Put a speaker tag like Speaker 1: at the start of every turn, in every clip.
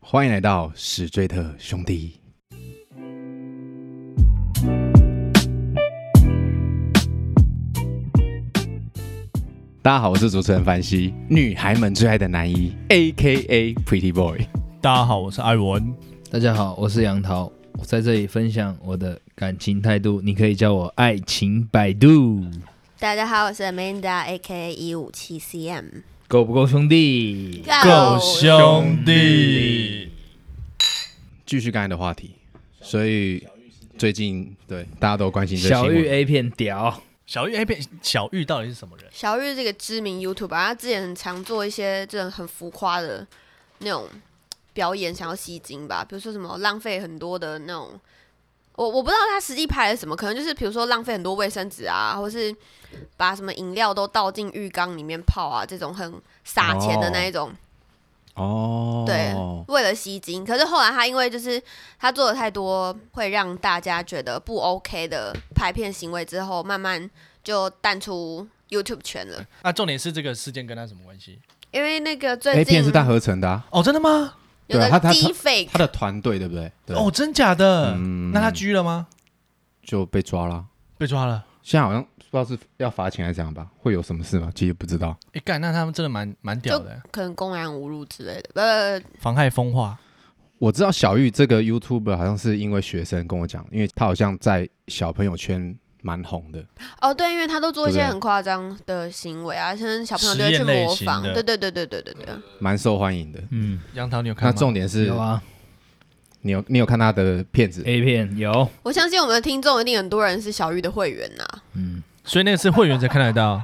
Speaker 1: 欢迎来到史最特兄弟。大家好，我是主持人凡西，女孩们最爱的男一，A K A Pretty Boy。
Speaker 2: 大家好，我是艾文。
Speaker 3: 大家好，我是杨桃，我在这里分享我的感情态度，你可以叫我爱情百度，
Speaker 4: 大家好，我是 Amanda A K 一五七 C M，
Speaker 3: 够不够兄弟？
Speaker 2: 够兄弟，
Speaker 1: 继续刚才的话题，所以最近对大家都关心这个
Speaker 3: 小
Speaker 1: 新
Speaker 3: 玉
Speaker 1: 闻
Speaker 3: A 片屌，
Speaker 2: 小玉 A 片，小玉到底是什么人？
Speaker 4: 小玉这个知名 YouTuber，他之前很常做一些这种很浮夸的那种表演，想要吸睛吧，比如说什么浪费很多的那种，我我不知道他实际拍了什么，可能就是比如说浪费很多卫生纸啊，或是把什么饮料都倒进浴缸里面泡啊，这种很撒钱的那一种。
Speaker 1: 哦，
Speaker 4: 对，为了吸睛。可是后来他因为就是他做了太多会让大家觉得不 OK 的拍片行为之后，慢慢就淡出 YouTube 圈了。
Speaker 2: 那、啊重点是这个事件跟他什么关系？
Speaker 4: 因为那个最
Speaker 1: ，A 片
Speaker 4: 近
Speaker 1: 是大合成的、啊，
Speaker 2: 哦，真的吗？
Speaker 4: 有
Speaker 1: 对啊
Speaker 4: 个
Speaker 1: 他他
Speaker 4: D fake，
Speaker 1: 他的团队对不对？对，
Speaker 2: 哦，真假的？
Speaker 1: 嗯
Speaker 2: 那他拘了吗？
Speaker 1: 就被抓了。
Speaker 2: 被抓了。
Speaker 1: 现在好像不知道是要罚钱还是怎样吧？会有什么事吗？其实不知道。
Speaker 2: 哎、干，那他们真的蛮蛮屌的，
Speaker 4: 可能公然侮辱之类的，呃，
Speaker 2: 妨害风化。
Speaker 1: 我知道小玉这个 YouTuber 好像是因为学生跟我讲，因为他好像在小朋友圈蛮红的。
Speaker 4: 哦，对，因为他都做一些
Speaker 1: 对不对
Speaker 4: 很夸张的行为啊，像小朋友
Speaker 2: 实
Speaker 4: 都会去
Speaker 2: 验类
Speaker 4: 模
Speaker 2: 型
Speaker 4: 仿，
Speaker 2: 的
Speaker 4: 对对对对对对对。
Speaker 1: 蛮受欢迎的。
Speaker 3: 嗯，
Speaker 2: 杨桃，你有看
Speaker 1: 那
Speaker 2: 吗？
Speaker 1: 重点是
Speaker 3: 有，啊
Speaker 1: 你有你有看他的片子？
Speaker 3: ，A 片有，
Speaker 4: 我相信我们的听众一定很多人是小玉的会员呐、
Speaker 3: 嗯，
Speaker 2: 所以那个是会员才看得到。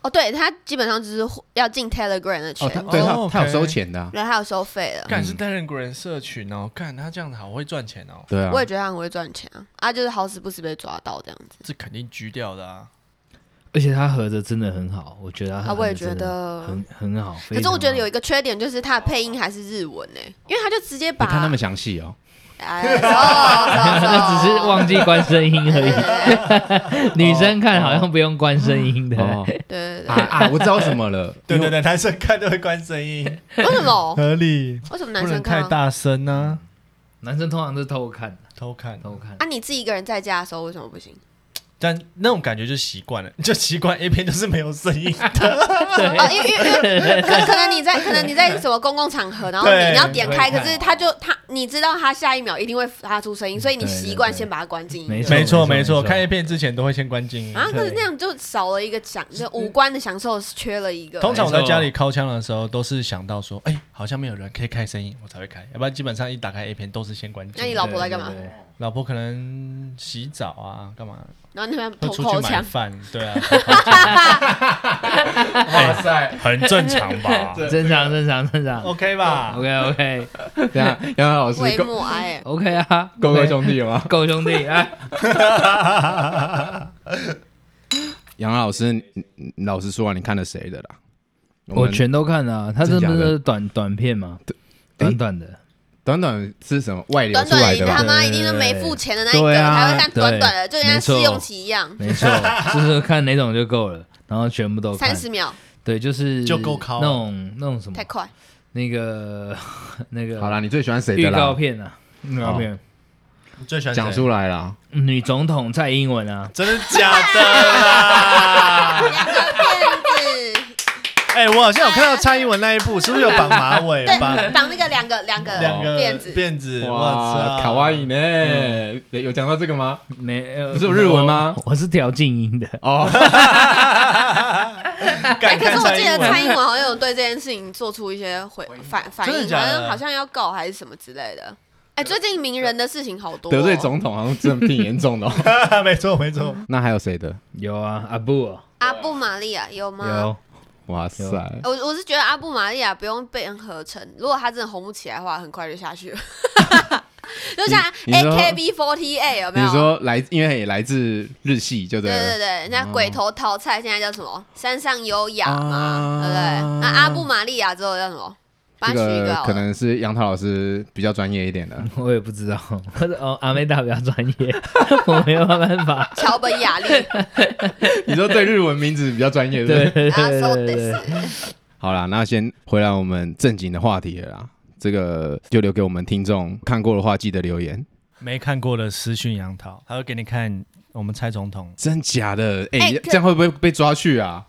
Speaker 4: 哦，对他基本上就是要进 Telegram 的
Speaker 1: 哦，
Speaker 4: 圈
Speaker 1: 他
Speaker 4: 子，
Speaker 1: 对他、
Speaker 2: 哦
Speaker 1: 他有
Speaker 2: OK
Speaker 1: 收钱的、啊，
Speaker 4: 然后还有收费了。
Speaker 2: 干是担任国人社群哦，干他这样子好会赚钱哦，
Speaker 1: 对啊
Speaker 4: 我。也觉得他很会赚钱啊，啊，就是好死不死被抓到这样子
Speaker 2: 这肯定拘掉的啊。
Speaker 3: 而且他合的真的很好，我觉得他
Speaker 4: 啊，
Speaker 3: 合得
Speaker 4: 我也觉
Speaker 3: 真的
Speaker 4: 得。
Speaker 3: 很很好，
Speaker 4: 可是我觉得 有
Speaker 3: 一
Speaker 4: 一个缺点就是他的配音还是日文呢、欸因为他就直接把
Speaker 1: 你看那么详细哦，
Speaker 4: 哎，他
Speaker 3: 那只是忘记关声音而已，女生看好像不用关声音的，
Speaker 1: 哦
Speaker 4: 对对
Speaker 1: 啊啊，我知道为什么了，
Speaker 2: 对对
Speaker 1: 因为
Speaker 2: 对，男生看都会关 声音，
Speaker 4: 对，为什么？
Speaker 2: 合理。
Speaker 4: 为什么男
Speaker 2: 不
Speaker 4: 生
Speaker 2: 能
Speaker 4: 看
Speaker 2: 太
Speaker 4: 啊？
Speaker 2: 大声啊，
Speaker 3: 男生通常是偷看的，
Speaker 2: 偷看。
Speaker 3: 偷看
Speaker 4: 啊，。你自己一个人在家的时候为什么不行？
Speaker 2: 但那种感觉就习惯了， 就习惯 A 片就是没有声音。
Speaker 4: 哦，因为因为因为可可能你在可能你在什么公共场合，然后你
Speaker 2: 对
Speaker 4: 你要点开，
Speaker 2: 会
Speaker 4: 可
Speaker 2: 看
Speaker 4: 是他就他你知道他下一秒一定会发出声音，所以你
Speaker 3: 对对
Speaker 4: 习惯
Speaker 3: 对
Speaker 4: 先把它关静音。
Speaker 3: 没错
Speaker 2: 没错没
Speaker 3: 没
Speaker 2: 错，
Speaker 3: 错
Speaker 2: 看 A 片之前都会先关静音。
Speaker 4: 啊，可是那样就少了一个享，就五官的享受缺了一个。
Speaker 2: 通常我在家里敲枪的时候，都是想到说，哎、好像没有人可以开声音，我才会开，要不然基本上一打开 A 片都是先关静
Speaker 4: 那你
Speaker 2: 音。
Speaker 4: 老婆在干嘛
Speaker 3: 对对对
Speaker 2: 老婆可能洗澡啊，干嘛？
Speaker 4: 然后那边
Speaker 2: 会
Speaker 4: 捅
Speaker 2: 出去
Speaker 4: 口
Speaker 2: 买
Speaker 4: 腔，
Speaker 2: 饭，对 啊，哇
Speaker 1: 哎
Speaker 2: 塞，很正常吧
Speaker 3: 正常正常正 常。
Speaker 2: ？OK 吧？
Speaker 3: OK OK
Speaker 1: 对啊，杨洋老师
Speaker 4: 为
Speaker 1: 够
Speaker 4: 默哀。
Speaker 3: OK 啊，
Speaker 1: 够够兄弟了吗？
Speaker 3: 够兄弟哎 来，
Speaker 1: 杨洋老师，你你老实说啊，你看了谁的啦？
Speaker 3: 我
Speaker 1: 们
Speaker 3: 全都看了啊。他这
Speaker 1: 真假
Speaker 3: 不
Speaker 1: 的
Speaker 3: 是短短片吗？短短的，
Speaker 1: 短短是什么外流
Speaker 4: 短
Speaker 1: 出来的
Speaker 4: 短的他
Speaker 1: 吧？
Speaker 4: 妈一定是没付钱的那一个，
Speaker 3: 对啊
Speaker 4: 才会看短短的，就
Speaker 3: 对
Speaker 4: 跟他
Speaker 3: 没错
Speaker 4: 试用期一样，
Speaker 3: 没错，就是看哪种就够了，然后全部都看
Speaker 4: 三。十秒
Speaker 3: 对，就是
Speaker 2: 就够靠
Speaker 3: 那种那种什么
Speaker 4: 太快。
Speaker 3: 那个 那个
Speaker 1: 好啦，你最喜欢谁
Speaker 3: 预
Speaker 1: 的
Speaker 3: 告
Speaker 1: 啦？
Speaker 3: 片啊，预告片，
Speaker 2: 你最喜欢谁
Speaker 1: 讲？出来啦。
Speaker 3: 女总统蔡英文啊，
Speaker 2: 真的假的啦？
Speaker 4: 骗子，
Speaker 2: 哎、我好像有看到蔡英文那一部，是不是有绑马尾？
Speaker 4: 对
Speaker 2: 绑，
Speaker 4: 绑那个两个两个
Speaker 2: 两个
Speaker 4: 呃辫子，
Speaker 2: 辫子，
Speaker 1: 哇，嗯
Speaker 2: 哇
Speaker 1: 卡哇伊呢？有讲到这个吗？
Speaker 3: 没呃
Speaker 1: 不是有日文吗？
Speaker 3: 我我是调静音的，
Speaker 1: 哦，
Speaker 4: 哎，
Speaker 2: 哎
Speaker 4: 可是我记得蔡英文好像有对这件事情做出一些回反反
Speaker 2: 真的
Speaker 4: 应，
Speaker 2: 假
Speaker 4: 好
Speaker 2: 的
Speaker 4: 像好像要告还是什么之类的。哎，最近名人的事情好多哦，
Speaker 1: 得罪总统好像真的挺严重的哦。
Speaker 2: 文， 没错没错，
Speaker 1: 那 还有谁的？
Speaker 3: 有啊，阿布哦
Speaker 4: 阿布玛利亚有吗？
Speaker 3: 有，
Speaker 1: 哇塞，
Speaker 4: 我我是觉得阿布玛利亚不用被人合成，如果他真的红不起来的话，很快就下去了。 就像
Speaker 1: 你你说
Speaker 4: AKB48 有没
Speaker 1: 你
Speaker 4: 有？
Speaker 1: 说哦来，因为也来自日系，就
Speaker 4: 对对
Speaker 1: 了。
Speaker 4: 对，人家鬼头桃菜现在叫什么？山上优雅
Speaker 1: 啊
Speaker 4: 嘛，对不对？那阿布玛利亚之后叫什么？帮
Speaker 1: 这
Speaker 4: 他取一哦
Speaker 1: 个
Speaker 4: 好
Speaker 1: 可
Speaker 4: 了。
Speaker 1: 能是杨涛老师比较专业一点的。
Speaker 3: 我也不知道，哦，阿妹大比较专业， 我没有办法。
Speaker 4: 桥本雅 丽，
Speaker 1: 你说对日文名字比较专业，对不对？
Speaker 3: 对对
Speaker 4: 然后
Speaker 3: 对
Speaker 4: 说
Speaker 3: 对
Speaker 4: 的
Speaker 3: 对，
Speaker 4: 是
Speaker 1: 好啦，那先回来我们正经的话题了啦。这个就留给我们听众看过的话，记得留言。
Speaker 2: 没看过的私讯杨桃，他会给你看我们蔡总统
Speaker 1: 真假的？哎、
Speaker 4: 哎可
Speaker 1: 这样会不会被抓去啊？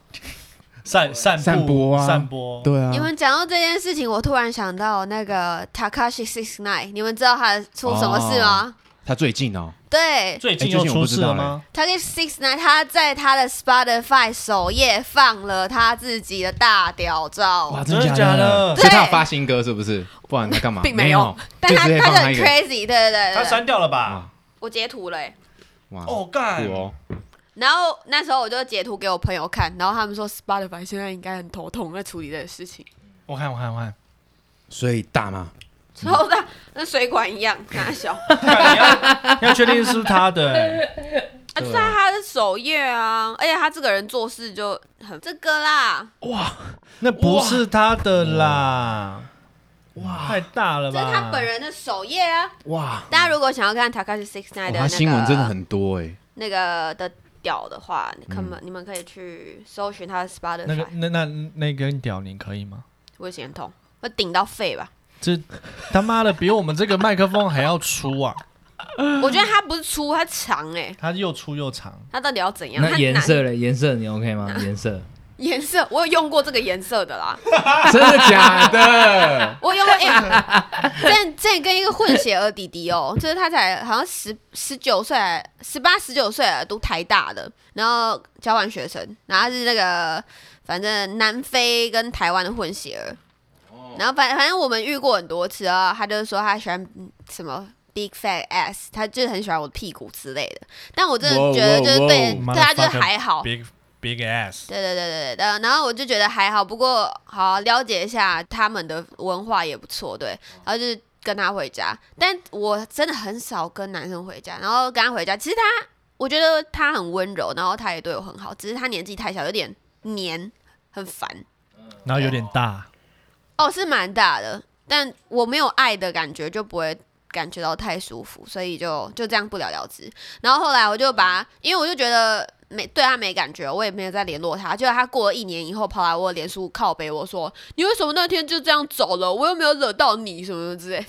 Speaker 2: 散散
Speaker 1: 散播啊
Speaker 2: 散播。
Speaker 1: 对啊
Speaker 4: 你们讲到这件事情，我突然想到那个 Takashi Six Nine，你们知道他出什么事吗？
Speaker 1: 他最近哦，
Speaker 4: 对
Speaker 2: 最近
Speaker 1: 哎
Speaker 2: 又
Speaker 1: 最近我
Speaker 2: 出
Speaker 1: 不
Speaker 2: 事
Speaker 1: 知道
Speaker 2: 了吗？
Speaker 4: ，Takashi Six Nine，他在他的 Spotify 首页放了他自己的大屌照，
Speaker 2: 啊真的假的
Speaker 1: 哦所以他有
Speaker 4: 对
Speaker 1: 发新歌是不是？不然他干嘛？
Speaker 4: 并
Speaker 1: 没
Speaker 4: 没有，但
Speaker 1: 就
Speaker 4: 他
Speaker 1: 直接
Speaker 4: 他
Speaker 1: 放
Speaker 4: 是
Speaker 1: 他
Speaker 4: 很
Speaker 1: 一个
Speaker 4: crazy，对对对
Speaker 2: 他
Speaker 4: 对对，
Speaker 2: 删掉了
Speaker 1: 啊
Speaker 2: 吧？
Speaker 4: 我截图了、欸，
Speaker 1: 哇
Speaker 2: 哦，干
Speaker 1: 酷！哦，
Speaker 4: 然后那时候我就截图给我朋友看，然后他们说 Spotify 现在应该很头痛在处理这个事 情，
Speaker 2: 我看我看我看，
Speaker 1: 所以大嘛，
Speaker 4: 超大，跟啊水管一样，哪 小？
Speaker 2: 干你要要确定是不是他的 欸。
Speaker 4: 啊，就在他的首页啊，而且他这个人做事就很这个啦，
Speaker 2: 那不是他的啦！哇，太大了
Speaker 4: 这是
Speaker 2: 吧？
Speaker 4: 他本人的首页啊。
Speaker 1: 哇，
Speaker 4: 大家如果想要看 Takashi Six
Speaker 1: 哇
Speaker 4: Nine
Speaker 1: 哦
Speaker 4: 的那
Speaker 1: 他
Speaker 4: 个
Speaker 1: 新闻真的很多哎。
Speaker 4: 那个的屌的话，你
Speaker 3: 嗯
Speaker 4: 看嘛，你们可以去搜寻他的
Speaker 2: 那个
Speaker 4: Spotify，
Speaker 2: 那那那根屌你可以吗？
Speaker 4: 我嫌痛，会顶到肺吧？
Speaker 2: 这他妈的比我们这个麦克风还要粗啊！
Speaker 4: 我觉得他不是粗，他长哎，
Speaker 2: 它又粗又长，
Speaker 4: 他到底要怎样？
Speaker 3: 那
Speaker 4: 他
Speaker 3: 颜
Speaker 4: 哪
Speaker 3: 色嘞？颜色你 OK 吗？颜色
Speaker 4: 颜色，我有用过这个颜色的啦，
Speaker 1: 真的假 的？
Speaker 4: 我有用过。哎，之前之前跟一个混血儿弟弟哦， 就是他才好像十十九岁还，十八十九岁了，啊读台大的，然后交换学生，然后他是那个反正南非跟台湾的混血儿。然后反反正我们遇过很多次啊，他就是说他喜欢嗯什么 big fat ass，他就是很喜欢我的屁股之类的。但我真的觉得就是对
Speaker 2: 哇哇哇
Speaker 4: 对他就是
Speaker 2: Motherfucker
Speaker 4: 还好，
Speaker 2: big big ass。
Speaker 4: 哦对对对对对，呃然后然后我就觉得还好，不过好啊了解一下他们的文化也不错，对，然后就是跟他回家，但我真的很少跟男生回家，然后跟他回家，其实他我觉得他很温柔，然后他也对我很好，只是他年纪太小，有点黏，很烦，
Speaker 2: 然后有点大，
Speaker 4: 哦，是蛮大的，但我没有爱的感觉，就不会感觉到太舒服，所以就就这样不了了之。然后后来我就把，因为我就觉得没对他没感觉，我也没有再联络他。结果他过了一年以后，跑来我脸书靠背我说：“你为什么那天就这样走了？我又没有惹到你什么之类。”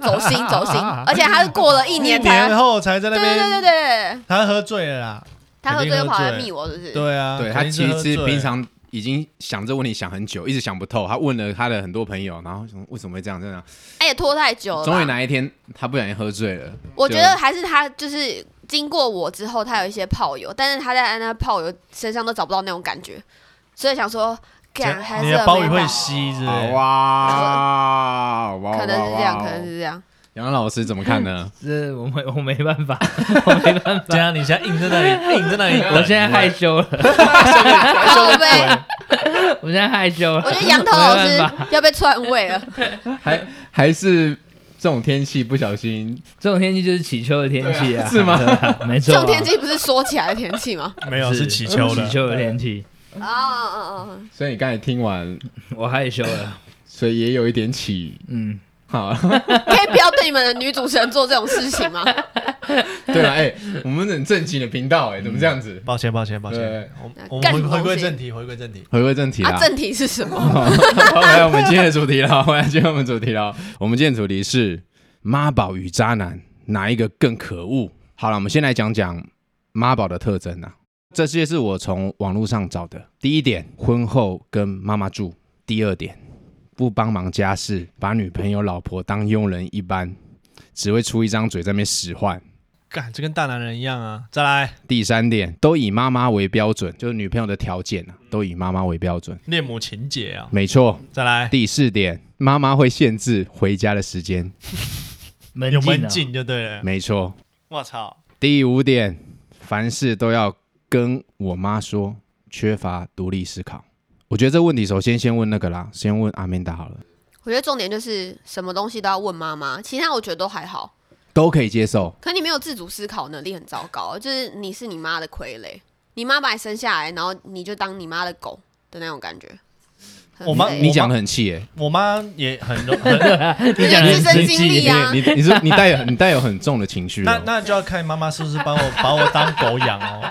Speaker 4: 走心走心，而且他是过了一
Speaker 2: 一
Speaker 4: 年才，
Speaker 2: 年后才在那
Speaker 4: 对
Speaker 2: 边，
Speaker 4: 对对对对，
Speaker 2: 他喝醉了啦。
Speaker 4: 他喝醉
Speaker 2: 肯定
Speaker 4: 又
Speaker 2: 喝
Speaker 4: 跑来
Speaker 2: 醉
Speaker 4: 密我，是不是？
Speaker 2: 对啊，
Speaker 1: 对他
Speaker 2: 肯定
Speaker 1: 其
Speaker 2: 是喝醉
Speaker 1: 实平常已经想这问题想很久，一直想不透。他问了他的很多朋友，然后想为什么会这样这样？
Speaker 4: 哎，也拖太久了吧。
Speaker 1: 终于哪一天他不小心喝醉了，
Speaker 4: 我觉得还是他就是经过我之后，他有一些炮友，但是他在那炮友身上都找不到那种感觉，所以想说，干还
Speaker 2: 你
Speaker 4: 是
Speaker 2: 的
Speaker 4: 很
Speaker 2: 鲍
Speaker 4: 没
Speaker 2: 鱼
Speaker 4: 办
Speaker 2: 会
Speaker 4: 法
Speaker 2: 吸是不
Speaker 1: 哇
Speaker 2: 是？
Speaker 1: 哇，哇
Speaker 4: 可能是这样，
Speaker 1: 哇
Speaker 4: 可能是这样。
Speaker 1: 杨老师怎么看 呢？
Speaker 3: 这我没我没办法， 我没办
Speaker 2: 这
Speaker 3: 法，
Speaker 2: 样你现在硬在那 里，硬在那里等，
Speaker 3: 我现在害羞 了，
Speaker 2: 哦
Speaker 4: 靠呗，
Speaker 3: 我现在害羞了。
Speaker 4: 我觉得杨涛老
Speaker 3: 没
Speaker 4: 师
Speaker 3: 办法
Speaker 4: 要被篡位 了。
Speaker 1: 还还是这种天气不小心
Speaker 3: 这种天气就是起秋的天气 啊，
Speaker 1: 对啊是吗
Speaker 3: 对啊？没错
Speaker 4: 这
Speaker 3: 啊，
Speaker 4: 种天气不是说起来的天 气吗？
Speaker 2: 没有是起秋的
Speaker 3: 起，秋的天气，
Speaker 4: 啊啊啊啊！
Speaker 1: 所以你刚才听完，
Speaker 3: 我害羞 了。
Speaker 1: 所以也有一点起。
Speaker 3: 嗯，
Speaker 1: 好，啊
Speaker 4: 可以不要对你们的女主持人做这种事情 吗？
Speaker 1: 对了，哎、我们很正经的频道、哎，怎么这样子？
Speaker 2: 抱歉抱歉抱歉
Speaker 1: 对，
Speaker 2: 我
Speaker 4: 那
Speaker 2: 我
Speaker 4: 干
Speaker 2: 们
Speaker 4: 什
Speaker 2: 回
Speaker 4: 么
Speaker 2: 回归
Speaker 4: 东西
Speaker 2: 正题，回归正题。
Speaker 1: 回归正题啦。
Speaker 4: 啊，正题是什 么？
Speaker 1: 好，回来我们今天的主题了，回来今 天我们主题了。我们今天的主题是妈宝与渣男，哪一个更可恶？好了，我们先来讲讲妈宝的特征啊。这些是我从网络上找的。第一点，婚后跟妈妈住；第二点，不帮忙家事，把女朋友、老婆当佣人一般，只会出一张嘴在那边使唤。
Speaker 2: 干，这跟大男人一样啊！再来，
Speaker 1: 第三点，都以妈妈为标准，就是女朋友的条件啊，都以妈妈为标准。
Speaker 2: 恋母情节啊！
Speaker 1: 没错。
Speaker 2: 再来，
Speaker 1: 嗯第四点，妈妈会限制回家的时间。
Speaker 3: 门
Speaker 2: 有
Speaker 3: 禁啊
Speaker 2: 门禁就对了。
Speaker 1: 没错。
Speaker 2: 我操，
Speaker 1: 第五点，凡事都要跟我妈说，缺乏独立思考。我觉得这问题首先先问那个啦，先问阿曼达好了，
Speaker 4: 我觉得重点就是什么东西都要问妈妈，其他我觉得都还好。
Speaker 1: 都可以接受。
Speaker 4: 可你没有自主思考能力，很糟糕。就是你是你妈的傀儡，你妈把你生下来，然后你就当你妈的狗的那种感觉。很
Speaker 2: 我妈
Speaker 4: 废
Speaker 1: 你讲的很气耶、
Speaker 2: 我妈也很容， 很
Speaker 4: 你
Speaker 3: 讲
Speaker 4: 就
Speaker 3: 得很
Speaker 4: 自身
Speaker 3: 实
Speaker 4: 经
Speaker 3: 际
Speaker 4: 历啊，
Speaker 1: 哎你你是你带有你带有很重的情绪、
Speaker 2: 那
Speaker 1: 哦，
Speaker 2: 那就要看妈妈是不是把我把我当狗养哦。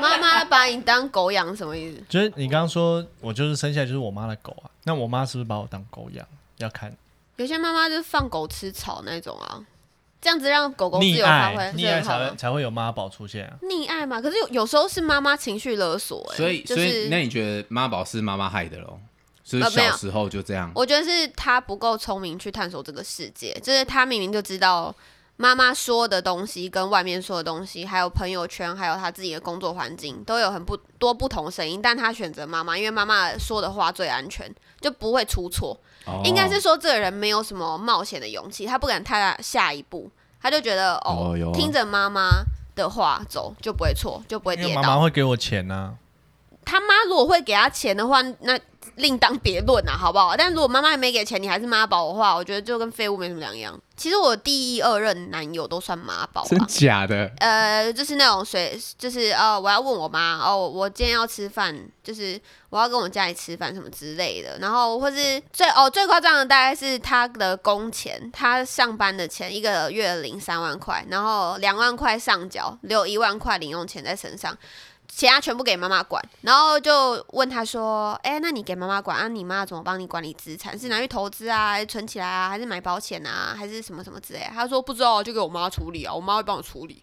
Speaker 4: 妈妈把你当狗养什么意思？
Speaker 2: 就是你刚刚说我就是生下来就是我妈的狗啊，那我妈是不是把我当狗养？要看
Speaker 4: 有些妈妈就是放狗吃草那种啊，这样子让狗狗自
Speaker 2: 溺
Speaker 4: 由发挥
Speaker 2: 爱，，
Speaker 4: 是
Speaker 2: 溺爱
Speaker 4: 很好
Speaker 2: 才会
Speaker 4: 的。
Speaker 2: 才会有妈宝出现啊。
Speaker 4: 溺爱嘛，可是有有时候是妈妈情绪勒索、欸，
Speaker 1: 所以，
Speaker 4: 就
Speaker 1: 所以那
Speaker 4: 是
Speaker 1: 你觉得妈宝是妈妈害的喽？是
Speaker 4: 呃没
Speaker 1: 小
Speaker 4: 有
Speaker 1: 时候就这样，
Speaker 4: 我觉得是他不够聪明去探索这个世界，就是他明明就知道妈妈说的东西跟外面说的东西，还有朋友圈，还有他自己的工作环境都有很不多不同声音，但他选择妈妈，因为妈妈说的话最安全，就不会出错。
Speaker 1: 哦
Speaker 4: 应该是说这个人没有什么冒险的勇气，他不敢踏下一步，他就觉得哦，
Speaker 1: 哦有啊
Speaker 4: 听着妈妈的话走就不会错，就不会
Speaker 2: 因为
Speaker 4: 跌
Speaker 2: 妈妈
Speaker 4: 倒。
Speaker 2: 会给我钱啊呐、
Speaker 4: 他妈如果会给他钱的话，那另当别论啊，好不好？但如果妈妈还没给钱，你还是妈宝的话，我觉得就跟废物没什么两样。其实我第一、二任男友都算妈宝
Speaker 1: 真
Speaker 4: 吧。
Speaker 1: 假的？
Speaker 4: 呃，就是那种谁，就是呃，我要问我妈哦，我今天要吃饭，就是我要跟我家里吃饭什么之类的。然后或是最哦最夸张的大概是他的工钱，他上班的钱一个月领三万块，然后两万块上缴，留一万块零用钱在身上。其他全部给妈妈管，然后就问他说：“哎、那你给妈妈管啊？你妈怎么帮你管理资产？是拿去投资啊，还是存起来啊，还是买保险啊，还是什么什么之类的？”他说：“不知道，就给我妈处理啊，我妈会帮我处理。”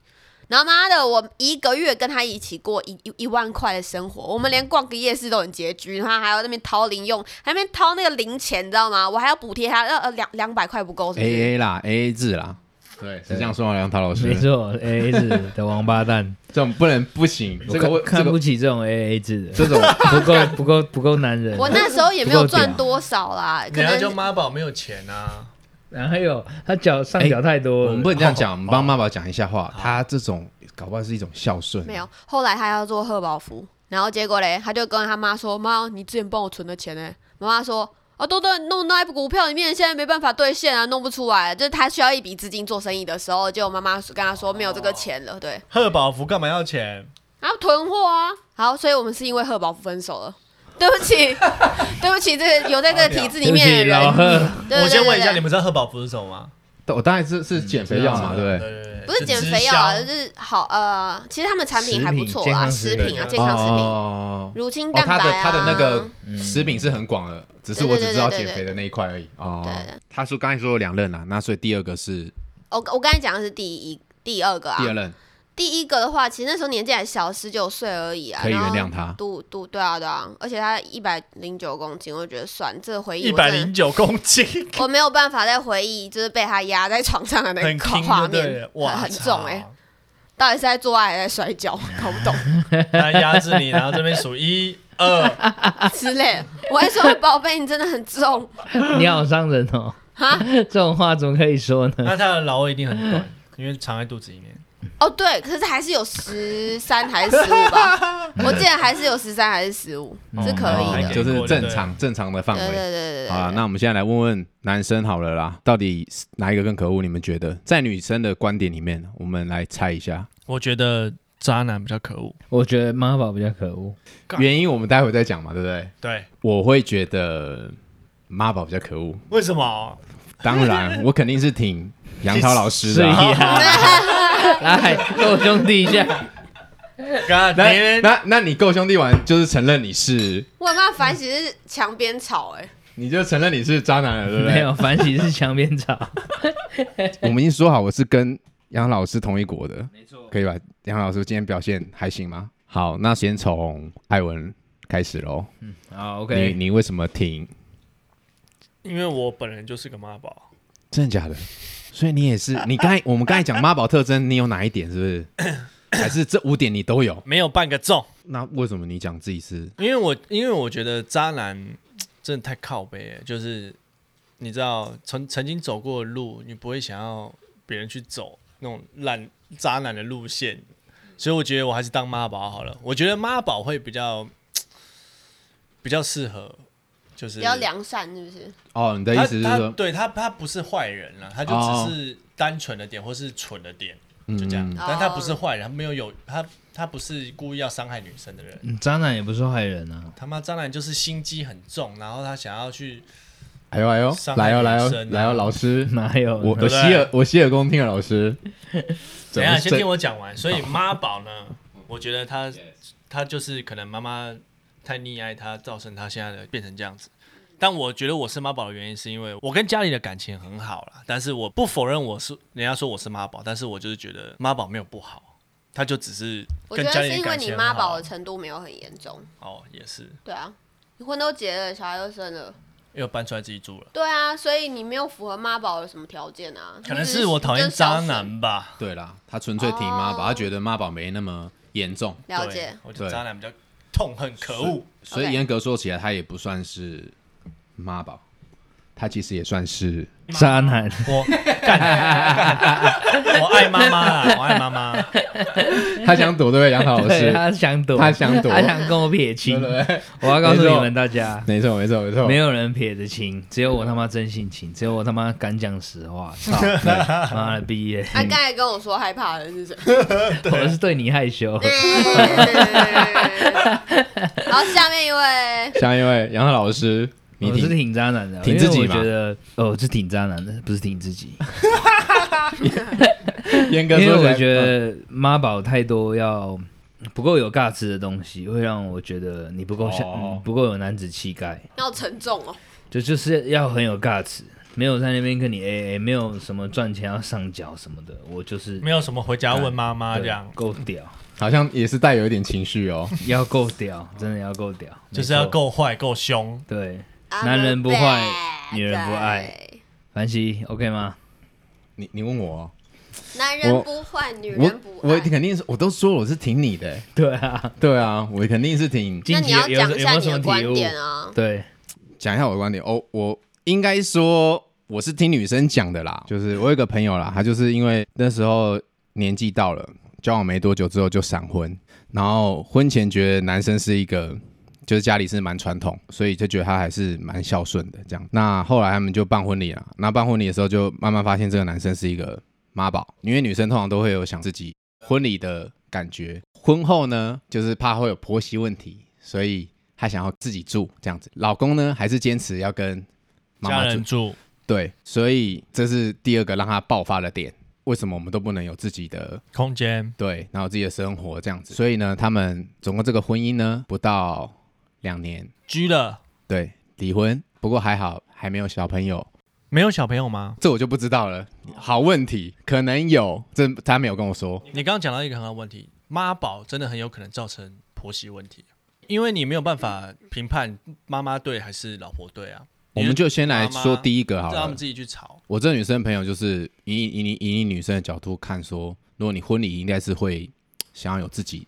Speaker 4: 然后妈的，我一个月跟他一起过一一一万块的生活，我们连逛个夜市都很拮据，然后还要那边掏零用，还那边掏那个零钱，你知道吗？我还要补贴他，呃呃两两百块不够是不是
Speaker 2: 哎
Speaker 1: A A 啦，A A 制啦，对，是这样说吗？梁涛老师
Speaker 3: 没，错，A A 制的王八 蛋，
Speaker 1: 这种不能不行，
Speaker 3: 我
Speaker 1: 这个我
Speaker 3: 看
Speaker 1: 这
Speaker 3: 看
Speaker 1: 个
Speaker 3: 不起 这种 A A 制的，
Speaker 1: 这种
Speaker 3: 不够不够不够男人。啊
Speaker 4: 我那时候也没有赚
Speaker 3: 不
Speaker 4: 多少啦，可
Speaker 2: 人家
Speaker 4: 能
Speaker 2: 就妈宝哎没有钱啊。
Speaker 3: 哪有他脚上脚太多了，
Speaker 1: 我们不能这样讲，我们帮妈宝讲一下话，他这种搞不好是一种孝顺，
Speaker 4: 没有。后来他要做贺宝福，然后结果嘞，他就跟他妈说：“妈，你之前帮我存的钱呢、妈妈说：“啊，都在弄那股票里面，现在没办法兑现啊，弄不出来。”就是他需要一笔资金做生意的时候，就妈妈跟他说没有这个钱了，对，
Speaker 2: 贺宝福干嘛要钱？
Speaker 4: 然后囤货啊。好，所以我们是因为贺宝福分手了。对不起，对不起，这个有在这个体制里
Speaker 3: 对不
Speaker 4: 面的
Speaker 3: 起老
Speaker 4: 人，
Speaker 3: 贺，
Speaker 4: 对
Speaker 2: 我先问一下，你
Speaker 4: 们
Speaker 2: 们知道贺宝福是什么吗？
Speaker 1: 我当然是是减肥药嘛，对不对？
Speaker 2: 对对对，
Speaker 4: 不是
Speaker 2: 就
Speaker 4: 减
Speaker 2: 直
Speaker 4: 肥药啊，
Speaker 2: 销
Speaker 4: 就是好呃，其实他们产品还不错
Speaker 3: 食品健
Speaker 4: 啊，
Speaker 3: 康
Speaker 4: 食
Speaker 3: 食
Speaker 4: 品啊，
Speaker 2: 品
Speaker 4: 健康食品，
Speaker 1: 哦，
Speaker 4: 乳清
Speaker 1: 哦
Speaker 4: 蛋白
Speaker 1: 他的
Speaker 4: 啊，
Speaker 1: 他的那个食品是很广的，只是我只知道
Speaker 4: 对对对
Speaker 1: 减
Speaker 4: 对
Speaker 1: 肥的那一块而已。哦
Speaker 4: 对对，
Speaker 1: 他说刚才说有两任啊，那所以第二个是
Speaker 4: 我我刚才讲的是第一、第二个啊。
Speaker 1: 第二任，
Speaker 4: 第一个的话，其实那时候年纪还小，十九岁而已啊，
Speaker 1: 可以原
Speaker 4: 然后
Speaker 1: 谅他
Speaker 4: 嘟嘟，对啊对啊，而且他一百零九公斤，我觉得算这个回忆
Speaker 2: 一
Speaker 4: 我真
Speaker 2: 百
Speaker 4: 的，
Speaker 2: 零九公斤，
Speaker 4: 我没有办法再回忆，就是被他压在床上的那
Speaker 2: 很
Speaker 4: 个
Speaker 2: 轻
Speaker 4: 画
Speaker 2: 就对
Speaker 4: 面
Speaker 2: 了，，哇，
Speaker 4: 很很重
Speaker 2: 操
Speaker 4: 哎、到底是在做爱还是在 摔跤，搞不懂
Speaker 2: 他压制你，然后这边数一 二，
Speaker 4: 之类的。我还说宝贝，你真的很重，
Speaker 3: 你好伤人哦！
Speaker 4: 哈
Speaker 3: 这种话怎么可以说呢？
Speaker 2: 那他的老二一定很短，因为藏在肚子里面。
Speaker 4: 哦对，可是还是有十三还是十五吧， 我记得还是有十三还是十五，是可以
Speaker 2: 还
Speaker 4: 的
Speaker 2: 可。以
Speaker 1: 就是
Speaker 2: 过就
Speaker 1: 正
Speaker 2: 对
Speaker 1: 常正常的范
Speaker 4: 对对
Speaker 1: 围。
Speaker 4: 对对对。
Speaker 1: 好了，那我们现在来问问男生好了啦，到底是哪一个更可恶？你们觉得在女生的观点里面，我们来猜一下。
Speaker 2: 我觉得渣男比较可恶，
Speaker 3: 我觉得妈宝比较可恶，
Speaker 2: 干
Speaker 1: 原因我们待会再讲嘛，对不对？
Speaker 2: 对，
Speaker 1: 我会觉得妈宝比较可恶。
Speaker 2: 为什么？
Speaker 1: 当 然，我肯定是挺杨涛老师的啊。
Speaker 3: 呀，啊 来跟我兄弟一下，
Speaker 2: 干
Speaker 1: 那
Speaker 2: 爹
Speaker 1: 那那你够兄弟玩，就是承认你是，
Speaker 4: 我很怕反省是墙边草、
Speaker 3: 嗯
Speaker 4: 哎，
Speaker 1: 你就承认你是渣男了，对不对？
Speaker 3: 没有，反喜是墙边草，
Speaker 1: 我们已经说好，我是跟杨老师同一国的，没错，可以吧？杨老师今天表现还行吗？好，那先从艾文开始喽。
Speaker 3: 好
Speaker 1: 你
Speaker 3: ，OK，
Speaker 1: 你为什么挺
Speaker 2: 因为我本人就是个妈宝，
Speaker 1: 真的假的？所以你也 是，你刚才我们刚才讲妈宝特征，你有哪一点是不是？ 还是这五点你都有？
Speaker 2: 没有半个中，
Speaker 1: 那为什么你讲自己是？
Speaker 2: 因为我因为我觉得渣男真的太靠背了，就是你知道曾曾经走过的路，你不会想要别人去走那种烂渣男的路线，所以我觉得我还是当妈宝好了。我觉得妈宝会比较比较适合，就是
Speaker 4: 比较良善是不是？
Speaker 1: 哦，你的
Speaker 2: 他
Speaker 1: 意思是
Speaker 2: 他
Speaker 1: 说，
Speaker 2: 对他他不是坏人了，他就
Speaker 1: 哦
Speaker 2: 只是单纯的点或是蠢的点，就这样。
Speaker 1: 嗯
Speaker 2: 但他不是坏人，他没有有他他不是故意要伤害女生的人。
Speaker 3: 嗯渣男也不是坏人啊，
Speaker 2: 他妈渣男就是心机很重，然后他想要去
Speaker 1: 哎呦哎呦，
Speaker 2: 伤害
Speaker 1: 来哦来
Speaker 2: 女
Speaker 1: 哦
Speaker 2: 生啊
Speaker 1: 来哦，老师，
Speaker 3: 哪有？
Speaker 1: 我
Speaker 2: 对
Speaker 1: 我
Speaker 2: 不
Speaker 1: 洗
Speaker 2: 对
Speaker 1: 耳我洗耳恭听了，老师。
Speaker 2: 怎样？先
Speaker 1: 整
Speaker 2: 听我讲完。所以妈宝呢，我觉得他他就是可能妈妈太溺爱他，造成他现在的变成这样子。但我觉得我是妈宝的原因，是因为我跟家里的感情很好啦。但是我不否认我是人家说我是妈宝，但是我就是觉得妈宝没有不好，他就只是
Speaker 4: 我觉
Speaker 2: 跟
Speaker 4: 得
Speaker 2: 家里
Speaker 4: 是
Speaker 2: 的
Speaker 4: 因为
Speaker 2: 感
Speaker 4: 你
Speaker 2: 情
Speaker 4: 妈
Speaker 2: 很
Speaker 4: 宝
Speaker 3: 啊
Speaker 2: 好
Speaker 4: 的。程度没有很严重，
Speaker 2: 哦，也是，
Speaker 4: 对啊，你婚都结了，小孩又生了，
Speaker 2: 又搬出来自己住了，
Speaker 4: 对啊，所以你没有符合妈宝的什么条件啊？
Speaker 2: 可能
Speaker 4: 你只
Speaker 2: 是我讨厌渣。
Speaker 4: 你
Speaker 2: 男吧。
Speaker 1: 对啦，他纯粹挺妈
Speaker 3: 哦
Speaker 1: 宝，他觉得妈宝没那么严重，
Speaker 4: 真的小了
Speaker 2: 对
Speaker 4: 解，
Speaker 2: 我觉得
Speaker 1: 对
Speaker 2: 渣男比较痛恨、可恶。
Speaker 1: 所以
Speaker 4: OK
Speaker 1: 严格说起来，他也不算是妈宝，他其实也算 是
Speaker 3: 渣男，
Speaker 2: 我干，干我爱妈妈啦，我爱妈妈。
Speaker 1: 他想躲对不对？杨老
Speaker 3: 对，
Speaker 1: 师，
Speaker 3: 他想躲，
Speaker 1: 他想躲
Speaker 3: 他想跟我撇清
Speaker 1: 对。不对？
Speaker 3: 我要告诉
Speaker 1: 没
Speaker 3: 你
Speaker 1: 错
Speaker 3: 们大家，
Speaker 1: 没错，没错，没错，
Speaker 3: 没有人撇得清，只有我他妈真性情，只有我他妈敢讲 实话。操，妈的毕业，
Speaker 4: 啊他刚才跟我说害怕的人 是谁？
Speaker 3: 我是对你害羞。
Speaker 4: 然后下面 一位，
Speaker 1: 下一位杨老师，你
Speaker 3: 我是
Speaker 1: 听，
Speaker 3: 挺渣男的，
Speaker 1: 挺自己
Speaker 3: 因为
Speaker 1: 嘛
Speaker 3: 我觉得，哦，我是挺渣男的，不是挺自己。
Speaker 1: 严格
Speaker 3: 因为
Speaker 1: 说起
Speaker 3: 我
Speaker 1: 来，
Speaker 3: 觉
Speaker 1: 嗯
Speaker 3: 得妈宝太多要不够有尬词的东西，会让我觉得你不够像，
Speaker 1: 哦
Speaker 3: 不够有男子气概。
Speaker 4: 要沉重哦。
Speaker 3: 就就是要很有尬词，没有在那边跟你 A A，没有什么赚钱要上缴什么的，我就是
Speaker 2: 没有什么回家问妈妈这样
Speaker 3: 对，够屌，
Speaker 1: 好像也是带有一点情绪哦。
Speaker 3: 要够屌，真的要够屌，
Speaker 2: 就是要
Speaker 3: 没错
Speaker 2: 够坏、够凶。
Speaker 3: 对。
Speaker 4: I'm
Speaker 3: 男人不
Speaker 4: a
Speaker 3: 坏
Speaker 4: bad
Speaker 3: 女人不爱
Speaker 4: guy，
Speaker 3: 凡西，OK 吗？
Speaker 1: 你你问我哦，我
Speaker 4: 男人不坏，女
Speaker 1: 我
Speaker 4: 人不
Speaker 1: 我
Speaker 4: 爱。
Speaker 1: 肯定是，我都说我是挺你的，
Speaker 3: 对啊，
Speaker 1: 对啊，我肯定是挺
Speaker 4: 那
Speaker 3: 近
Speaker 4: 你
Speaker 3: 期
Speaker 4: 要
Speaker 3: 有有
Speaker 4: 讲
Speaker 3: 有
Speaker 4: 一
Speaker 3: 没
Speaker 4: 下
Speaker 3: 有
Speaker 4: 你
Speaker 3: 什么
Speaker 4: 的
Speaker 3: 体
Speaker 4: 观点
Speaker 3: 悟？
Speaker 4: 啊？
Speaker 3: 对，
Speaker 1: 讲一下我的观点哦，我应该说我是听女生讲的啦，就是我有一个朋友啦，他就是因为那时候年纪到了，交往没多久之后就闪婚，然后婚前觉得男生是一个。就是家里是蛮传统，所以就觉得他还是蛮孝顺的这样。那后来他们就办婚礼了，那办婚礼的时候就慢慢发现这个男生是一个妈宝，因为女生通常都会有想自己婚礼的感觉。婚后呢，就是怕会有婆媳问题，所以她想要自己住这样子。老公呢，还是坚持要跟妈
Speaker 2: 家
Speaker 1: 妈住
Speaker 2: 人。住，
Speaker 1: 对，所以这是第二个让她爆发的点。为什么我们都不能有自己的
Speaker 2: 空间
Speaker 1: 对，然后自己的生活这样子？所以呢，他们总共这个婚姻呢，不到两年，
Speaker 2: 居了，
Speaker 1: 对，离婚。不过还好，还没有小朋友，
Speaker 2: 没有小朋友吗？
Speaker 1: 这我就不知道了。好问题，可能有，这他没有跟我说。
Speaker 2: 你刚刚讲到一个很好的问题，妈宝真的很有可能造成婆媳问题，因为你没有办法评判妈妈对还是老婆对啊。
Speaker 1: 我们就先来
Speaker 2: 妈妈
Speaker 1: 说第一个好
Speaker 2: 让他
Speaker 1: 了
Speaker 2: 们。自己去吵。
Speaker 1: 我这女生朋友就是以以你以你女生的角度看说，如果你婚礼应该是会想要有自己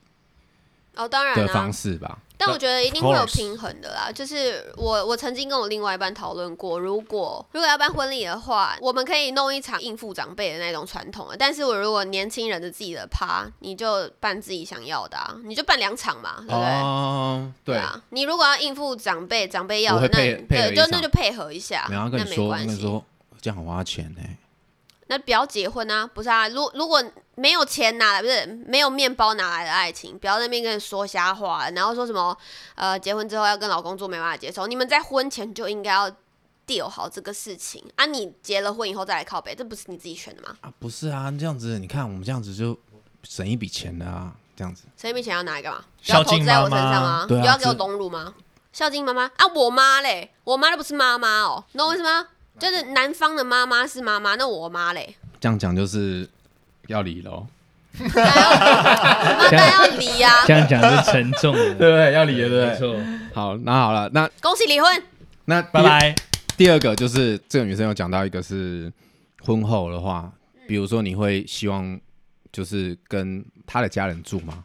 Speaker 4: 哦，当然
Speaker 1: 的
Speaker 4: 啊
Speaker 1: 方。式吧？
Speaker 4: 但我觉得一定会有
Speaker 2: Of course
Speaker 4: 平衡的啦。就是我我曾经跟我另外一半讨论过，如果如果要办婚礼的话，我们可以弄一场应付长辈的那种传统的。啊但是我如果年轻人的自己的趴，你就办自己想要的啊，你就办两场嘛，对不对？
Speaker 1: 哦，对，
Speaker 4: 啊，你如果要应付长辈，长辈要
Speaker 1: 我会
Speaker 4: 的那
Speaker 1: 配
Speaker 4: 你
Speaker 1: 配合
Speaker 4: 对，
Speaker 1: 一
Speaker 4: 就
Speaker 1: 场
Speaker 4: 那就配合一下，
Speaker 1: 没有要跟
Speaker 4: 那
Speaker 1: 你
Speaker 4: 没
Speaker 1: 说，
Speaker 4: 关
Speaker 1: 跟你
Speaker 4: 系。
Speaker 1: 说这样很花钱欸呢、
Speaker 4: 那不要结婚啊，不是啊？如如果没有钱拿来，不是没有面包哪来的爱情？不要在那边跟人说瞎话，然后说什么呃，结婚之后要跟老公做没办法接受，你们在婚前就应该要 deal 好这个事情啊！你结了婚以后再来靠北，这不是你自己选的吗？
Speaker 1: 啊，不是啊，这样子你看我们这样子就省一笔钱了啊，这样子。
Speaker 4: 谁没钱要拿来干嘛？不
Speaker 2: 孝
Speaker 4: 要投
Speaker 2: 敬
Speaker 4: 资在我
Speaker 2: 妈妈
Speaker 4: 身上吗？
Speaker 1: 对啊
Speaker 4: 有要给我
Speaker 1: 这
Speaker 4: 荣辱吗？孝敬妈妈啊，我妈嘞，我妈都不是妈妈哦，你懂我意思吗？就是男方的妈妈是妈妈，那我妈嘞，
Speaker 1: 这样讲就是要离喽，
Speaker 4: 当然要那当然要离啊！
Speaker 3: 这样讲就沉重了。
Speaker 1: 对不对？要离了， 对
Speaker 3: 没
Speaker 1: 不对？
Speaker 3: 错，
Speaker 1: 好，那好了，那
Speaker 4: 恭喜离婚。
Speaker 1: 那
Speaker 2: 拜拜。
Speaker 1: 第二个就是这个女生有讲到一个是婚后的话，
Speaker 4: 嗯
Speaker 1: 比如说你会希望就是跟她的家人住吗？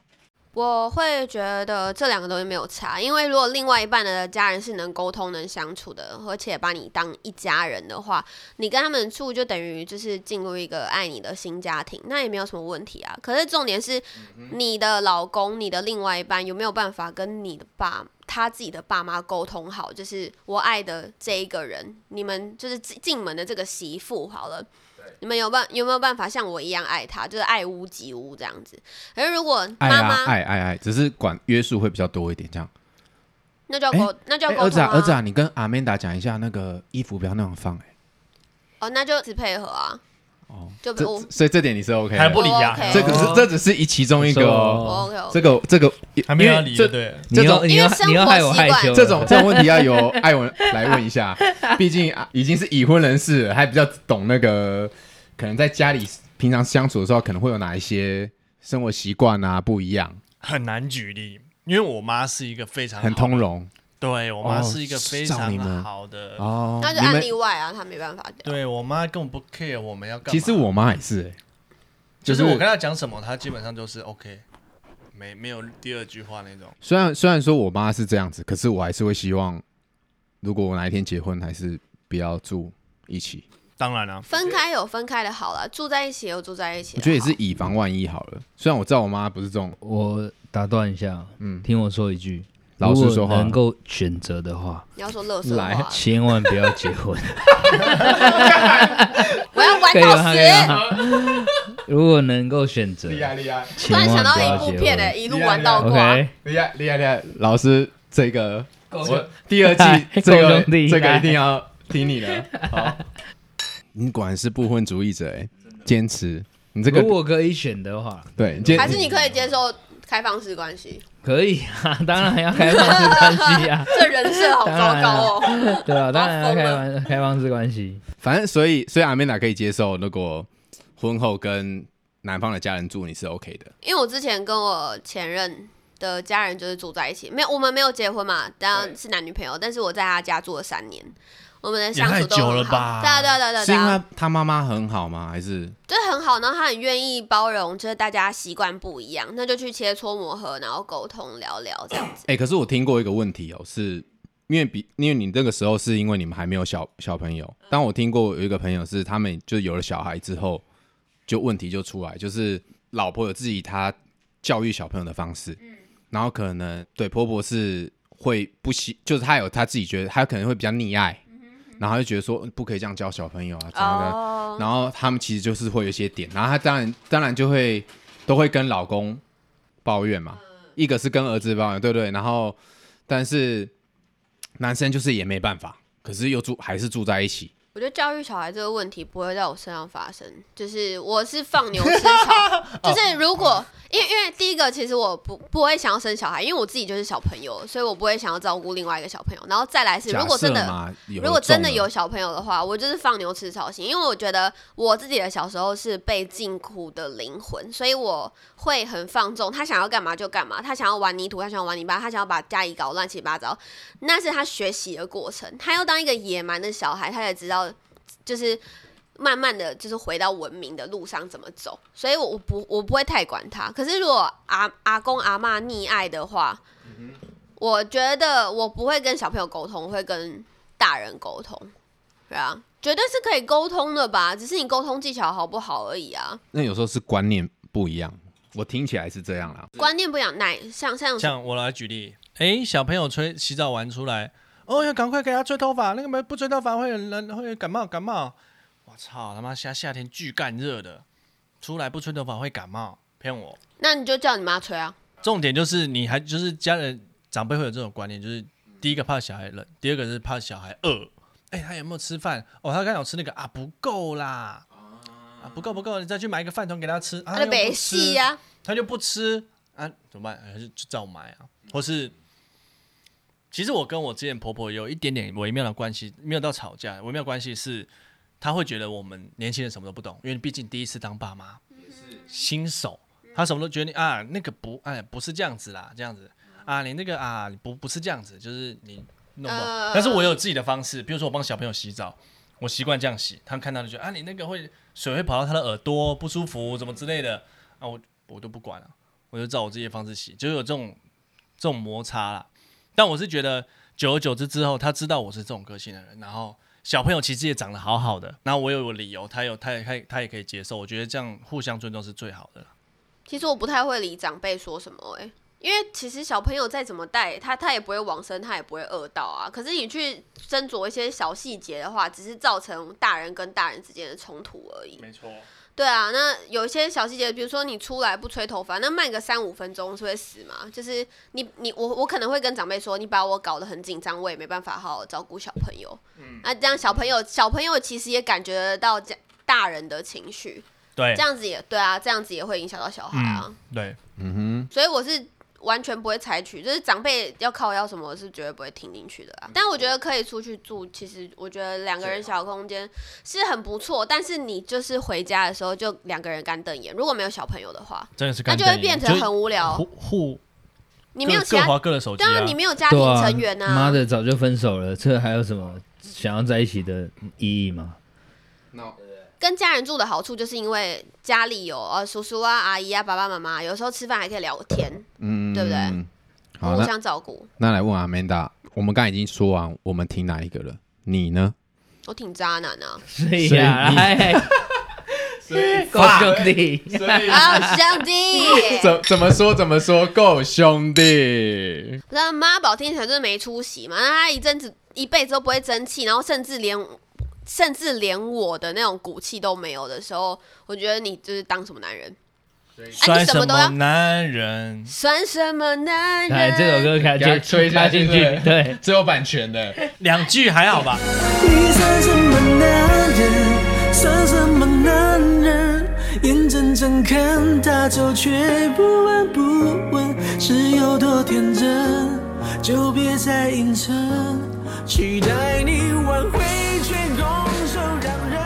Speaker 4: 我会觉得这两个东西没有差，因为如果另外一半的家人是能沟通、能相处的，而且把你当一家人的话，你跟他们住就等于就是进入一个爱你的新家庭，那也没有什么问题啊。可是重点是，你的老公、你的另外一半有没有办法跟你的爸他自己的爸妈沟通好？就是我爱的这一个人，你们就是进进门的这个媳妇好了。你们有办有没有办法像我一样爱他，就是爱屋及乌这样子？可是如果
Speaker 1: 爱
Speaker 4: 妈妈、
Speaker 1: 啊，爱爱爱，只是管约束会比较多一点这样。
Speaker 4: 那就要沟，那就要
Speaker 1: 哎，
Speaker 4: 沟
Speaker 1: 儿子
Speaker 4: 通
Speaker 1: 啊，儿子啊，你跟阿曼达讲一下，那个衣服不要那样放哎、
Speaker 4: 哦，那就只配合啊。
Speaker 1: 哦，
Speaker 4: 就
Speaker 1: 这
Speaker 4: 我
Speaker 1: 所以这点你是 OK
Speaker 2: 还不
Speaker 1: 的，
Speaker 2: 理啊
Speaker 4: 我哦 OK
Speaker 1: 哎这个是这只是一其中一个
Speaker 3: 不
Speaker 1: 哦，
Speaker 4: 我 OK，我
Speaker 1: 这个这个
Speaker 2: 还没有要
Speaker 1: 因
Speaker 2: 理
Speaker 1: 为
Speaker 2: 就
Speaker 1: 这
Speaker 2: 对了，
Speaker 3: 你要
Speaker 1: 这
Speaker 3: 你要
Speaker 4: 因为生活
Speaker 3: 你要害我
Speaker 4: 习惯
Speaker 3: 害羞了，
Speaker 1: 这种这种问题要由艾文来问一下，毕竟啊已经是已婚人士了，还比较懂那个，可能在家里平常相处的时候，可能会有哪一些生活习惯啊不一样，
Speaker 2: 很难举例，因为我妈是一个非常
Speaker 1: 很
Speaker 2: 好的，
Speaker 1: 通融
Speaker 2: 对我妈
Speaker 1: 哦
Speaker 2: 是一个非
Speaker 1: 照
Speaker 2: 常
Speaker 1: 你们
Speaker 2: 啊好的，
Speaker 1: 哦
Speaker 4: 那就按例外啊，他没办法。
Speaker 2: 对我妈根本不 care 我们要干嘛。
Speaker 1: 其实我妈也是、欸，就
Speaker 2: 就
Speaker 1: 是是
Speaker 2: 我跟她讲什么，她基本上就是 OK，没没有第二句话那种。
Speaker 1: 虽然虽然说我妈是这样子，可是我还是会希望，如果我哪一天结婚，还是不要住一起。
Speaker 2: 当然啦、
Speaker 4: 分开有分开的好了，住在一起有住在一起
Speaker 1: 我
Speaker 4: 的好。
Speaker 1: 觉得也是以防万一好了。虽然我知道我妈不是这种，
Speaker 3: 我打断一下，
Speaker 1: 嗯，
Speaker 3: 听我说一句，
Speaker 1: 老实
Speaker 3: 如果
Speaker 1: 说话
Speaker 3: 能够选择的话，
Speaker 4: 你要说乐色
Speaker 1: 来
Speaker 4: 话，
Speaker 3: 千万不要结 婚。
Speaker 4: 我要玩
Speaker 3: 可以
Speaker 4: 哎到
Speaker 1: 啊
Speaker 3: 吗？可以
Speaker 4: 死。
Speaker 3: 吗？如果能够选择，
Speaker 1: 厉害
Speaker 4: 突
Speaker 3: 千
Speaker 4: 然想
Speaker 3: 万
Speaker 4: 到
Speaker 3: 不
Speaker 4: 一
Speaker 1: 啊
Speaker 3: 要
Speaker 4: 部
Speaker 3: 结
Speaker 4: 片诶、
Speaker 3: 婚。
Speaker 4: 一路玩到挂。
Speaker 3: OK，
Speaker 1: 厉害厉害厉害！老师，这个
Speaker 3: 够
Speaker 1: 我第二 季这
Speaker 3: 够
Speaker 1: 个
Speaker 3: 兄弟
Speaker 1: 这个
Speaker 3: 来
Speaker 1: 一定要听你的。好，你果然是不婚主义者哎，坚持你这个
Speaker 3: 如果可以选的话，
Speaker 1: 对，你坚
Speaker 4: 还是你可以接受开放式关系？
Speaker 3: 可以啊， 当然要开放式关系
Speaker 4: ，
Speaker 3: 啊
Speaker 4: 这人设好糟 糕哦。
Speaker 3: 对啊，当然要开放开放式关系。
Speaker 1: 反正所以所以阿美娜可以接受，如果婚后跟男方的家人住，你是 OK 的。
Speaker 4: 因为我之前跟我前任的家人就是住在一起，没有我们没有结婚嘛，当然是男女朋友，但是我在他家住了三年，我们的相处都很好
Speaker 2: 也太久了吧
Speaker 4: 对啊对啊对啊对啊
Speaker 1: 是
Speaker 4: 对
Speaker 1: 因
Speaker 4: 啊，
Speaker 1: 为他妈妈很好吗？还是
Speaker 4: 就是很好，然后他很愿意包容，就是大家习惯不一样，那就去切磋磨合，然后沟通聊聊这样子。
Speaker 1: 哎、可是我听过一个问题哦，是因为比因为你那个时候是因为你们还没有小小朋友，但我听过有一个朋友是他们就有了小孩之后，就问题就出来，就是老婆有自己她教育小朋友的方式，然后可能对婆婆是会不喜，就是她有她自己觉得她可能会比较溺爱，然后她就觉得说嗯不可以这样教小朋友啊，怎样的。
Speaker 4: 哦，
Speaker 1: 然后他们其实就是会有一些点，然后她当然当然就会都会跟老公抱怨
Speaker 4: 嗯
Speaker 1: 嘛，一个是跟儿子抱怨，对不对，然后但是男生就是也没办法，可是又住还是住在一起，
Speaker 4: 我觉得教育小孩这个问题不会在我身上发生，就是我是放牛 吃草，
Speaker 1: 哦
Speaker 4: 就是如果因为因为第一个其实我不不会想要生小孩，因为我自己就是小朋友，所以我不会想要照顾另外一个小朋友。然后再来是如果真
Speaker 1: 假设
Speaker 4: 的
Speaker 1: 嘛有
Speaker 4: 如果真的
Speaker 1: 中
Speaker 4: 有
Speaker 1: 了
Speaker 4: 小朋友的话，我就是放牛吃草型，因为我觉得我自己的小时候是被禁锢的灵魂，所以我会很放纵，他想要干嘛就干嘛，他想要玩泥土，他想要玩泥巴，他想要把家里搞乱七八糟，那是他学习的过程。他要当一个野蛮的小孩，他才知道就是。慢慢的就是回到文明的路上怎么走，所以我我不我不会太管他。可是如果阿阿公阿妈溺爱的话，
Speaker 1: 嗯
Speaker 4: 我觉得我不会跟小朋友沟通，我会跟大人沟通，对啊，绝对是可以沟通的吧，只是你沟通技巧好不好而已啊，
Speaker 1: 那有时候是观念不一样，我听起来是这样啦，
Speaker 4: 观念不一样。哪像像
Speaker 2: 像我来举例，哎，小朋友吹洗澡完出来，哦，要赶快给他吹头发，那个没不吹头发会很人会感冒感冒。我操他妈夏夏天巨干热的，出来不吹头发会感冒，骗我。
Speaker 4: 那你就叫你妈吹啊，
Speaker 2: 重点就是你还就是家人长辈会有这种观念，就是第一个怕小孩冷，第二个是怕小孩饿。哎、他有没有吃饭？哦，他刚好吃那个啊，不够啦，啊不够不够，你再去买一个饭桶给他吃啊，
Speaker 4: 那就没戏
Speaker 2: 呀，
Speaker 4: 呀。
Speaker 2: 他就不吃啊，怎么办？还是就照买啊，或是。其实我跟我之前婆婆有一点点微妙的关系，没有到吵架，微妙关系是，她会觉得我们年轻人什么都不懂，因为毕竟第一次当爸妈，新手，他什么都觉得你啊，那个不，哎，不是这样子啦，这样子啊，你那个啊，你不不是这样子，就是你弄不好。
Speaker 4: 呃
Speaker 2: 但是我有自己的方式，比如说我帮小朋友洗澡，我习惯这样洗，他们看到就觉得啊，你那个会水会跑到他的耳朵，不舒服，怎么之类的啊，我我都不管了、我就照我自己的方式洗，就有这种这种摩擦啦。但我是觉得，久而久之之后，他知道我是这种个性的人，然后小朋友其实也长得好好的，然后我有我理由，他有他也他也他也可以接受，我觉得这样互相尊重是最好的啦。
Speaker 4: 其实我不太会理长辈说什么哎、因为其实小朋友再怎么带他，他也不会往生，他也不会饿到啊。可是你去斟酌一些小细节的话，只是造成大人跟大人之间的冲突而已。
Speaker 2: 没错，
Speaker 4: 对啊，那有一些小细节，比如说你出来不吹头发，那慢个三五分钟是会死吗？就是你你我我可能会跟长辈说，你把我搞得很紧张，
Speaker 2: 嗯
Speaker 4: 我也没办法好好照顾小朋友。那这样小朋友小朋友其实也感觉得到家大人的情绪，
Speaker 2: 对
Speaker 4: 这样子也对啊，这样子也会影响到小孩啊。
Speaker 2: 嗯，对，
Speaker 1: 嗯
Speaker 4: 所以我是完全不会采取，就是长辈要靠要什么，我是绝对不会听进去的
Speaker 2: 嗯
Speaker 4: 啦。但我觉得可以出去住，其实我觉得两个人小空间是很不错，但是你就是回家的时候就两个人干瞪眼，如果没有小朋友的话，
Speaker 2: 真的是
Speaker 4: 那
Speaker 2: 干
Speaker 4: 就
Speaker 2: 瞪
Speaker 4: 会
Speaker 2: 眼，
Speaker 4: 变成很无聊
Speaker 2: 互。互
Speaker 4: 你没有
Speaker 2: 各
Speaker 4: 其
Speaker 2: 各
Speaker 4: 他，
Speaker 2: 划各的手机
Speaker 4: 当
Speaker 2: 啊
Speaker 4: 然，你没有家庭
Speaker 3: 对啊
Speaker 4: 成员，
Speaker 3: 妈的，早就分手了，这还有什么想要在一起的意义吗？
Speaker 1: 哼，
Speaker 4: 跟家人住的好处就是因为家里有呃叔叔啊、阿姨啊、爸爸妈妈，有时候吃饭还可以聊天，
Speaker 1: 嗯，
Speaker 4: 对不对？
Speaker 1: 好，
Speaker 4: 互
Speaker 1: 那
Speaker 4: 相照顾。
Speaker 1: 那来问阿曼达，我们刚才已经说完，我们听哪一个了？你呢？
Speaker 4: 我挺渣男 啊！
Speaker 3: 是
Speaker 1: 所以
Speaker 3: 呀，
Speaker 1: 你
Speaker 3: 哎， 够兄弟，
Speaker 4: 啊，兄弟，
Speaker 1: 怎怎么说怎么说？够兄 弟，
Speaker 4: 那妈宝听起来就是没出息嘛，那他一阵子一辈子都不会争气，然后甚至连甚至连我的那种骨气都没有的时候，我觉得你就是当什么男人，啊
Speaker 2: 算
Speaker 4: 你什
Speaker 2: 什
Speaker 4: 么都要
Speaker 2: 么男 人？
Speaker 4: 算什么男 人？
Speaker 3: 来哎这首歌开
Speaker 1: 给它
Speaker 3: 始
Speaker 1: 吹一下
Speaker 3: 插进去
Speaker 1: 对不，
Speaker 3: 对，
Speaker 1: 这有版权的。
Speaker 2: 两句还好吧？
Speaker 5: 你算什么男人？算什么男人？眼睁睁看他走，却不闻不问，是有多天真？就别再硬撑，期待你挽回，却拱手让人。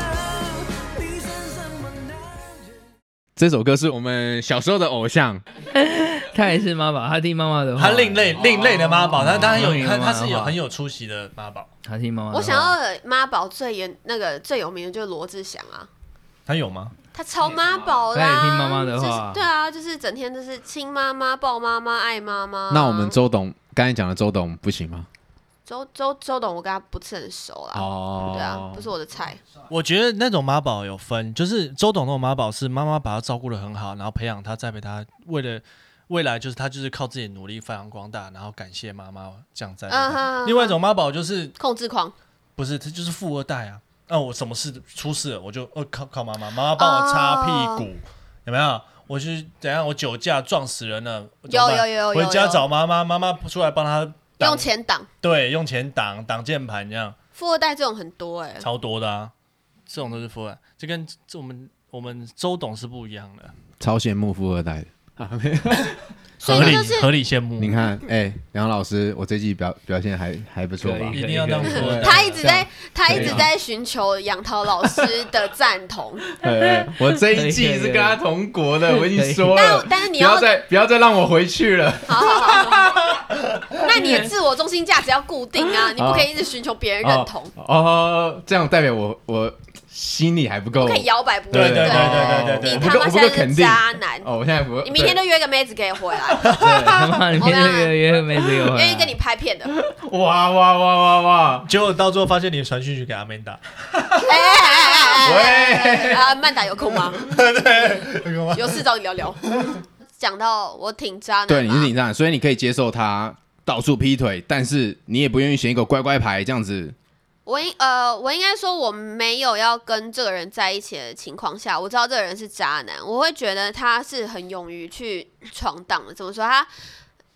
Speaker 5: 你算什么男人？
Speaker 1: 这首歌是我们小时候的偶像，
Speaker 4: 嗯
Speaker 3: 他也是妈妈，他听妈妈的话，
Speaker 2: 他另类另类的妈宝，他当然有，
Speaker 3: 另类
Speaker 2: 他
Speaker 3: 的妈宝
Speaker 2: 他是有很有出息的妈宝，
Speaker 3: 他听妈妈的话。
Speaker 4: 我想要的妈宝最严那个最有名的就是罗志祥啊，
Speaker 2: 他有吗？
Speaker 4: 他超妈宝啦，
Speaker 3: 他也哎听妈妈的话
Speaker 4: 就是对啊，就是整天就是亲妈妈、抱妈妈、爱妈妈。
Speaker 1: 那我们周董刚才讲的周董不行吗？
Speaker 4: 周周周董，我跟他不是很熟啦，
Speaker 1: 哦
Speaker 4: 对啊，不是我的菜。
Speaker 2: 我觉得那种妈宝有分，就是周董那种妈宝是妈妈把他照顾的很好，然后培养他、栽培他，为了未来就是他就是靠自己的努力发扬光大，然后感谢妈妈这样栽培
Speaker 4: 嗯
Speaker 2: 他。
Speaker 4: 哼，
Speaker 2: 另外一种妈宝就是
Speaker 4: 控制狂，
Speaker 2: 不是他就是富二代啊，那、我什么事出事了我就哦靠靠妈妈，妈妈帮我擦屁股，有没有？我去怎样？我酒驾撞死人了，我怎么办
Speaker 4: 有有有有有
Speaker 2: 回家找妈妈，妈妈出来帮他挡
Speaker 4: 用钱挡。
Speaker 2: 对，用钱挡挡键盘这样，
Speaker 4: 富二代这种很多哎、
Speaker 2: 超多的啊，这种都是富二代，这跟这我们我们周董是不一样的，
Speaker 1: 超羡慕富二代的。
Speaker 4: 所以就是
Speaker 2: 合理羡慕
Speaker 1: 你看，哎、梁老师，我这季表表现还还不错吧
Speaker 3: 可？以
Speaker 2: 一定要当富二代，
Speaker 4: 他一直在他一
Speaker 1: 对
Speaker 4: 直
Speaker 1: 啊
Speaker 4: 在寻求杨桃老师的赞同，
Speaker 1: 哎我这一季
Speaker 3: 可以可以
Speaker 1: 是跟他同国的，我已经说了
Speaker 4: 但，但是
Speaker 1: 不
Speaker 4: 你
Speaker 1: 要
Speaker 4: 要
Speaker 1: 再不要再让我回去了。
Speaker 4: 好好好好，那你的自我中心价值要固定啊，你不可以一直寻求别人认同，
Speaker 1: 哦，这样代表我我心里还不够
Speaker 4: 不可。以摇摆
Speaker 1: 哦
Speaker 4: 不定。
Speaker 2: 对对对对对对
Speaker 4: 你
Speaker 1: 我不够
Speaker 4: 他妈
Speaker 1: 我不
Speaker 4: 现
Speaker 1: 够
Speaker 4: 在
Speaker 1: 肯
Speaker 4: 是
Speaker 1: 定。
Speaker 4: 渣男，
Speaker 1: 哦，我现在不，
Speaker 4: 你明天
Speaker 1: 对
Speaker 4: 就约个妹子给我回来，
Speaker 3: 对，他妈里面
Speaker 4: 我们啊
Speaker 3: 那个约妹子有啊
Speaker 4: 愿意跟你拍片的。
Speaker 1: 哇哇哇哇哇！
Speaker 2: 结果到最后发现你传讯息给阿曼达，
Speaker 4: 哎哎哎哎哎
Speaker 1: 喂，
Speaker 4: 哎！啊，曼达有空吗？
Speaker 2: 有吗
Speaker 4: 有事找你聊聊。讲到我挺渣男嘛，
Speaker 1: 对，你是你这样，所以你可以接受他到处劈腿，但是你也不愿意选一个乖乖牌这样子。
Speaker 4: 我应呃，我应该说我没有要跟这个人在一起的情况下，我知道这个人是渣男，我会觉得他是很勇于去闯荡的。怎么说？他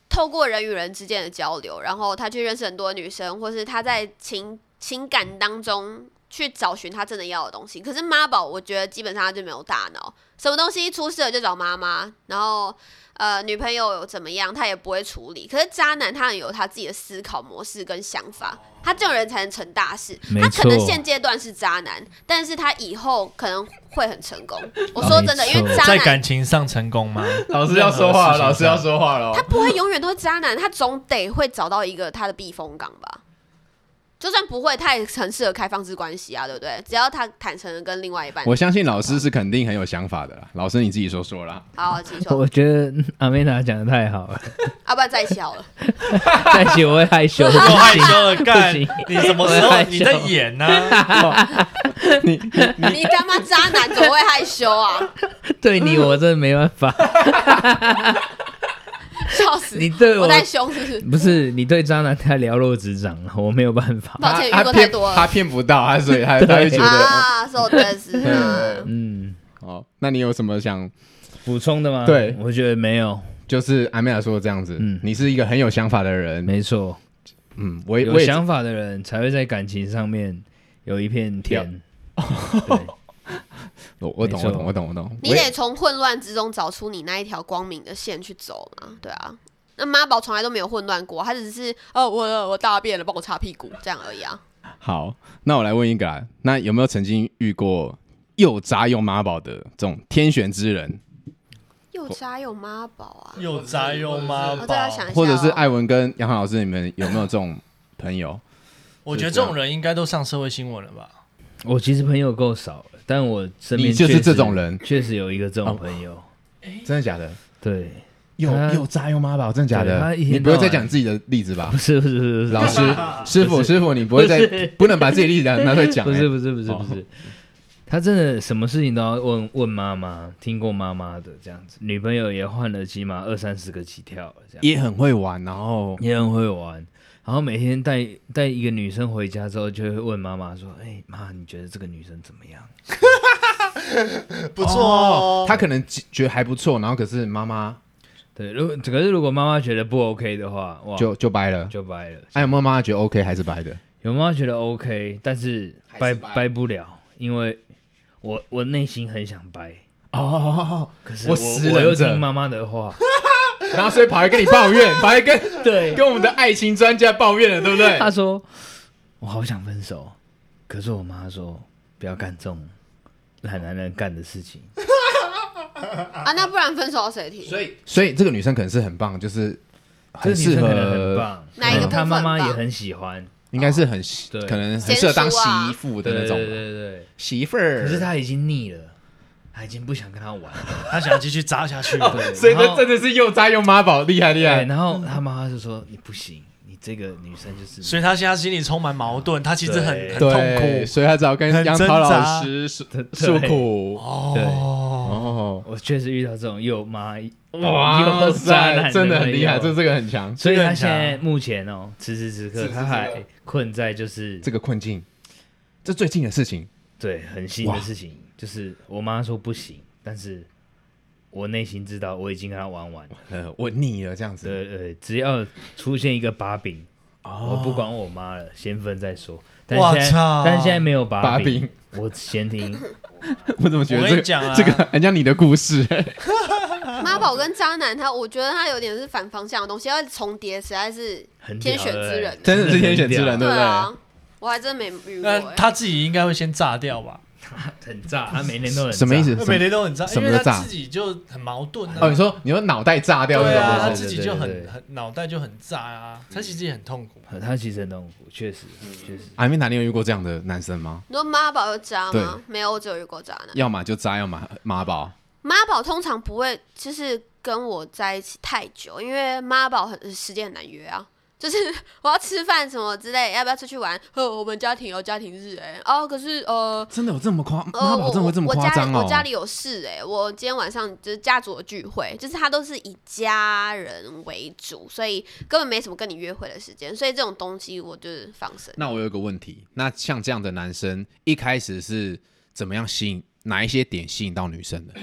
Speaker 4: 透过人与人之间的交流，然后他去认识很多女生，或是他在情情感当中去找寻他真的要的东西。可是妈宝，我觉得基本上他就没有大脑，什么东西出事了就找妈妈，然后呃女朋友怎么样他也不会处理。可是渣男他有他自己的思考模式跟想法，他这种人才能成大事。
Speaker 3: 没
Speaker 4: 他可能
Speaker 3: 错
Speaker 4: 现阶段是渣男，但是他以后可能会很成功。我
Speaker 3: 哎没
Speaker 4: 说真的，因为
Speaker 3: 错
Speaker 4: 渣
Speaker 2: 在
Speaker 4: 男
Speaker 2: 感情上成功 吗？
Speaker 1: 老师要说话了，
Speaker 2: 任何
Speaker 1: 老
Speaker 2: 事
Speaker 1: 师
Speaker 2: 情上
Speaker 1: 要说话了
Speaker 4: 他
Speaker 1: 哦。
Speaker 4: 不会永远都是渣男，他总得会找到一个他的避风港吧。就算不会，他也很适合开放式关系啊，对不对？只要他坦诚的跟另外一半
Speaker 1: 我相信老师是肯定很有想法的啦，老师你自己说说啦。
Speaker 4: 好，请
Speaker 3: 我
Speaker 4: 说，
Speaker 3: 觉得阿美娜讲的太好了，
Speaker 4: 要不然在一起好了。
Speaker 3: 在一起我会害羞，不
Speaker 2: 我害
Speaker 3: 行，
Speaker 2: 羞了，干
Speaker 3: 不行
Speaker 2: 你什么时候
Speaker 3: 害羞
Speaker 2: 你在演啊呢？
Speaker 4: 你他妈渣男怎么会害羞啊？
Speaker 3: 对你我真的没办法。
Speaker 4: 笑死！
Speaker 3: 你对我
Speaker 4: 我太凶是不是？
Speaker 3: 不是你对渣男太了若指掌了，我没有办法。
Speaker 4: 抱歉，
Speaker 1: 他他
Speaker 4: 遇过太
Speaker 1: 骗
Speaker 4: 多
Speaker 1: 他
Speaker 4: 了
Speaker 1: 骗不到，他所以他他会觉得。
Speaker 4: 啊，说的是啊，
Speaker 3: 嗯，
Speaker 1: 哦，那你有什么想？
Speaker 3: 补充的吗？
Speaker 1: 对
Speaker 3: 我觉得没有，
Speaker 1: 就是阿美雅说的这样子，
Speaker 3: 嗯
Speaker 1: 你是一个很有想法的人，
Speaker 3: 没错，
Speaker 1: 嗯，我也
Speaker 3: 有
Speaker 1: 我也
Speaker 3: 想法的人才会在感情上面有一片天。对，
Speaker 1: 我我懂
Speaker 3: 没
Speaker 1: 我
Speaker 3: 错
Speaker 1: 懂我懂我懂，
Speaker 4: 你
Speaker 1: 我也
Speaker 4: 得从混乱之中找出你那一条光明的线去走嘛，对啊。那妈宝从来都没有混乱过，他只是哦，我我大便了，帮我擦屁股这样而已啊。
Speaker 1: 好，那我来问一个啊，那有没有曾经遇过又渣又妈宝的这种天选之人，
Speaker 4: 又渣又妈宝啊！
Speaker 2: 又渣又妈
Speaker 4: 我
Speaker 2: 宝
Speaker 4: 再来想一下、哦，
Speaker 1: 或者是艾文跟杨涵老师，你们有没有这种朋友？
Speaker 2: 我觉得这种人应该都上社会新闻了吧？
Speaker 3: 我其实朋友够少了，但我身边
Speaker 1: 你就是
Speaker 3: 确实
Speaker 1: 这种人
Speaker 3: 确实有一个这种朋友。
Speaker 1: 真的假的？
Speaker 3: 对，
Speaker 1: 又
Speaker 3: 他
Speaker 1: 又渣又妈宝，真的假
Speaker 3: 对
Speaker 1: 的？
Speaker 3: 他一天
Speaker 1: 你不会
Speaker 3: 到
Speaker 1: 再
Speaker 3: 晚
Speaker 1: 讲自己的例子吧
Speaker 3: 不？是不是不是不是
Speaker 1: 老师、 师傅、师傅，你不会再
Speaker 3: 不是
Speaker 1: 不能把自己的例子拿拿出来讲、
Speaker 3: 不
Speaker 1: 欸？
Speaker 3: 是不是不是
Speaker 1: 哦
Speaker 3: 不是，他真的什么事情都要问问妈妈，听过妈妈的这样子，女朋友也换了起码二三十个起跳了这样，
Speaker 1: 也很会玩，然后
Speaker 3: 也很会玩。然后每天带带一个女生回家之后，就会问妈妈说：“哎、妈，你觉得这个女生怎么样
Speaker 2: 不错哦，
Speaker 1: 他可能觉得还不错，然后可是妈妈？”
Speaker 3: 对，如果可是如果妈妈觉得不 OK 的话，哇，
Speaker 1: 就就掰了。
Speaker 3: 就掰了。
Speaker 1: 哎，有没有妈妈觉得 OK 还是掰的？
Speaker 3: 有妈妈觉得 OK，但是
Speaker 1: 还
Speaker 3: 掰
Speaker 1: 是掰
Speaker 3: 掰不了，因为我我内心很想掰，
Speaker 1: 哦，
Speaker 3: 可是
Speaker 1: 我
Speaker 3: 我
Speaker 1: 死
Speaker 3: 我又
Speaker 1: 忍着
Speaker 3: 听妈妈的话，
Speaker 1: 然后所以跑来跟你抱 怨，跑来跟
Speaker 3: 对，
Speaker 1: 跟我们的爱情专家抱怨了，对不对？
Speaker 3: 他说：“我好想分手，可是我妈说不要干这种懒男人干的事情。
Speaker 4: 啊，那不然分手谁提？
Speaker 1: 所以，所以这个女生可能是很棒，就是”很
Speaker 3: 这个女
Speaker 1: 适
Speaker 3: 生可能很
Speaker 1: 合，
Speaker 3: 棒，
Speaker 4: 哪一个
Speaker 3: 可能她
Speaker 4: 部
Speaker 3: 妈
Speaker 4: 分
Speaker 3: 妈也
Speaker 4: 棒
Speaker 3: 很喜欢，
Speaker 1: 应该是很
Speaker 3: 对
Speaker 1: 可能很适合当
Speaker 4: 娴熟啊
Speaker 1: 媳妇的那
Speaker 3: 对对
Speaker 1: 种
Speaker 3: 对对对。
Speaker 1: 媳妇儿。
Speaker 3: 可是她已经腻了，她已经不想跟他玩了。
Speaker 2: 他想继续扎下去。
Speaker 3: 对，
Speaker 1: 所以
Speaker 3: 然
Speaker 1: 这
Speaker 3: 后
Speaker 1: 真的是又渣又妈宝，厉害厉
Speaker 3: 对，
Speaker 1: 害。
Speaker 3: 然后她妈妈就说：“你不行，你这个女生就是
Speaker 2: 所以他现在心里充满矛盾，他其实很
Speaker 3: 对
Speaker 2: 很痛
Speaker 1: 对，
Speaker 2: 苦。
Speaker 1: 所以他只好跟
Speaker 2: 很
Speaker 1: 杨
Speaker 2: 挣
Speaker 1: 桃老
Speaker 2: 扎
Speaker 1: 师诉诉
Speaker 3: 对
Speaker 1: 苦。
Speaker 2: 哦，
Speaker 1: 哦，
Speaker 3: 我确实遇到这种又妈
Speaker 1: 哇
Speaker 3: 又渣男
Speaker 1: 塞，真的很厉害，
Speaker 3: 朋
Speaker 1: 这
Speaker 3: 友
Speaker 1: 这个很强，
Speaker 3: 所以
Speaker 2: 这个
Speaker 3: 她
Speaker 2: 很
Speaker 3: 现
Speaker 2: 强
Speaker 3: 在目前哦，此时此刻
Speaker 1: 此时
Speaker 3: 她
Speaker 1: 此
Speaker 3: 还
Speaker 1: 刻
Speaker 3: 困在就是
Speaker 1: 这个困境，这最近的事情。
Speaker 3: 对，很新的事情，就是我妈说不行，但是我内心知道我已经跟她玩完了。
Speaker 1: 呃，我腻了这样子，
Speaker 3: 对对，只要出现一个把柄，
Speaker 1: 哦
Speaker 3: 我不管我妈了，先分再说。但
Speaker 2: 哇
Speaker 3: 现在
Speaker 2: 操
Speaker 3: 但现在没有把
Speaker 1: 把柄
Speaker 3: 我先听。
Speaker 1: 我怎么觉得
Speaker 2: 我
Speaker 1: 这
Speaker 2: 跟
Speaker 1: 个
Speaker 2: 你讲啊
Speaker 1: 这个很像你的故事？
Speaker 4: 妈宝跟渣男他，我觉得他有点是反方向的东西，要重叠，实在是
Speaker 3: 很屌欸
Speaker 4: 天选之人。
Speaker 1: 真的是天选之人，
Speaker 3: 很
Speaker 1: 对啊不对？
Speaker 4: 啊，我还真没遇
Speaker 2: 那
Speaker 4: 过、欸。
Speaker 2: 他自己应该会先炸掉吧？
Speaker 3: 很炸，她每天都很 炸
Speaker 1: 什么意 思？？
Speaker 2: 每天都很炸，
Speaker 1: 什
Speaker 2: 因
Speaker 1: 么
Speaker 2: 为
Speaker 1: 叫炸
Speaker 2: 他自己就很矛盾啊。
Speaker 1: 哦，你说你说脑袋炸掉
Speaker 2: 对
Speaker 1: 那
Speaker 2: 啊，
Speaker 1: 种
Speaker 2: 他
Speaker 1: 东西，
Speaker 2: 自己就
Speaker 3: 对对
Speaker 2: 很
Speaker 3: 对
Speaker 2: 很脑袋就很炸啊，他其实也很痛苦。
Speaker 3: 她其实很痛苦，确实
Speaker 1: 嗯
Speaker 3: 确实。
Speaker 1: 阿明达，你有遇过这样的男生吗？
Speaker 4: 你说妈宝有渣吗
Speaker 1: 对？
Speaker 4: 没有，我只有遇过渣男。
Speaker 1: 要么就渣，要么妈宝。
Speaker 4: 妈宝通常不会就是跟我在一起太久，因为妈宝很呃时间很难约啊。就是 我要吃饭什么之类，要不要出去玩？呵，我们家庭有家庭日哎、哦，可是呃
Speaker 1: 真的有这么夸？
Speaker 4: 呃，
Speaker 1: 妈宝
Speaker 4: 我
Speaker 1: 真的会这么
Speaker 4: 我
Speaker 1: 夸
Speaker 4: 家里
Speaker 1: 张哦？
Speaker 4: 我家里有事哎、我今天晚上就是家族的聚会，就是他都是以家人为主，所以根本没什么跟你约会的时间，所以这种东西我就是放生。
Speaker 1: 那我有一个问题，那像这样的男生，一开始是怎么样吸引？哪一些点吸引到女生的？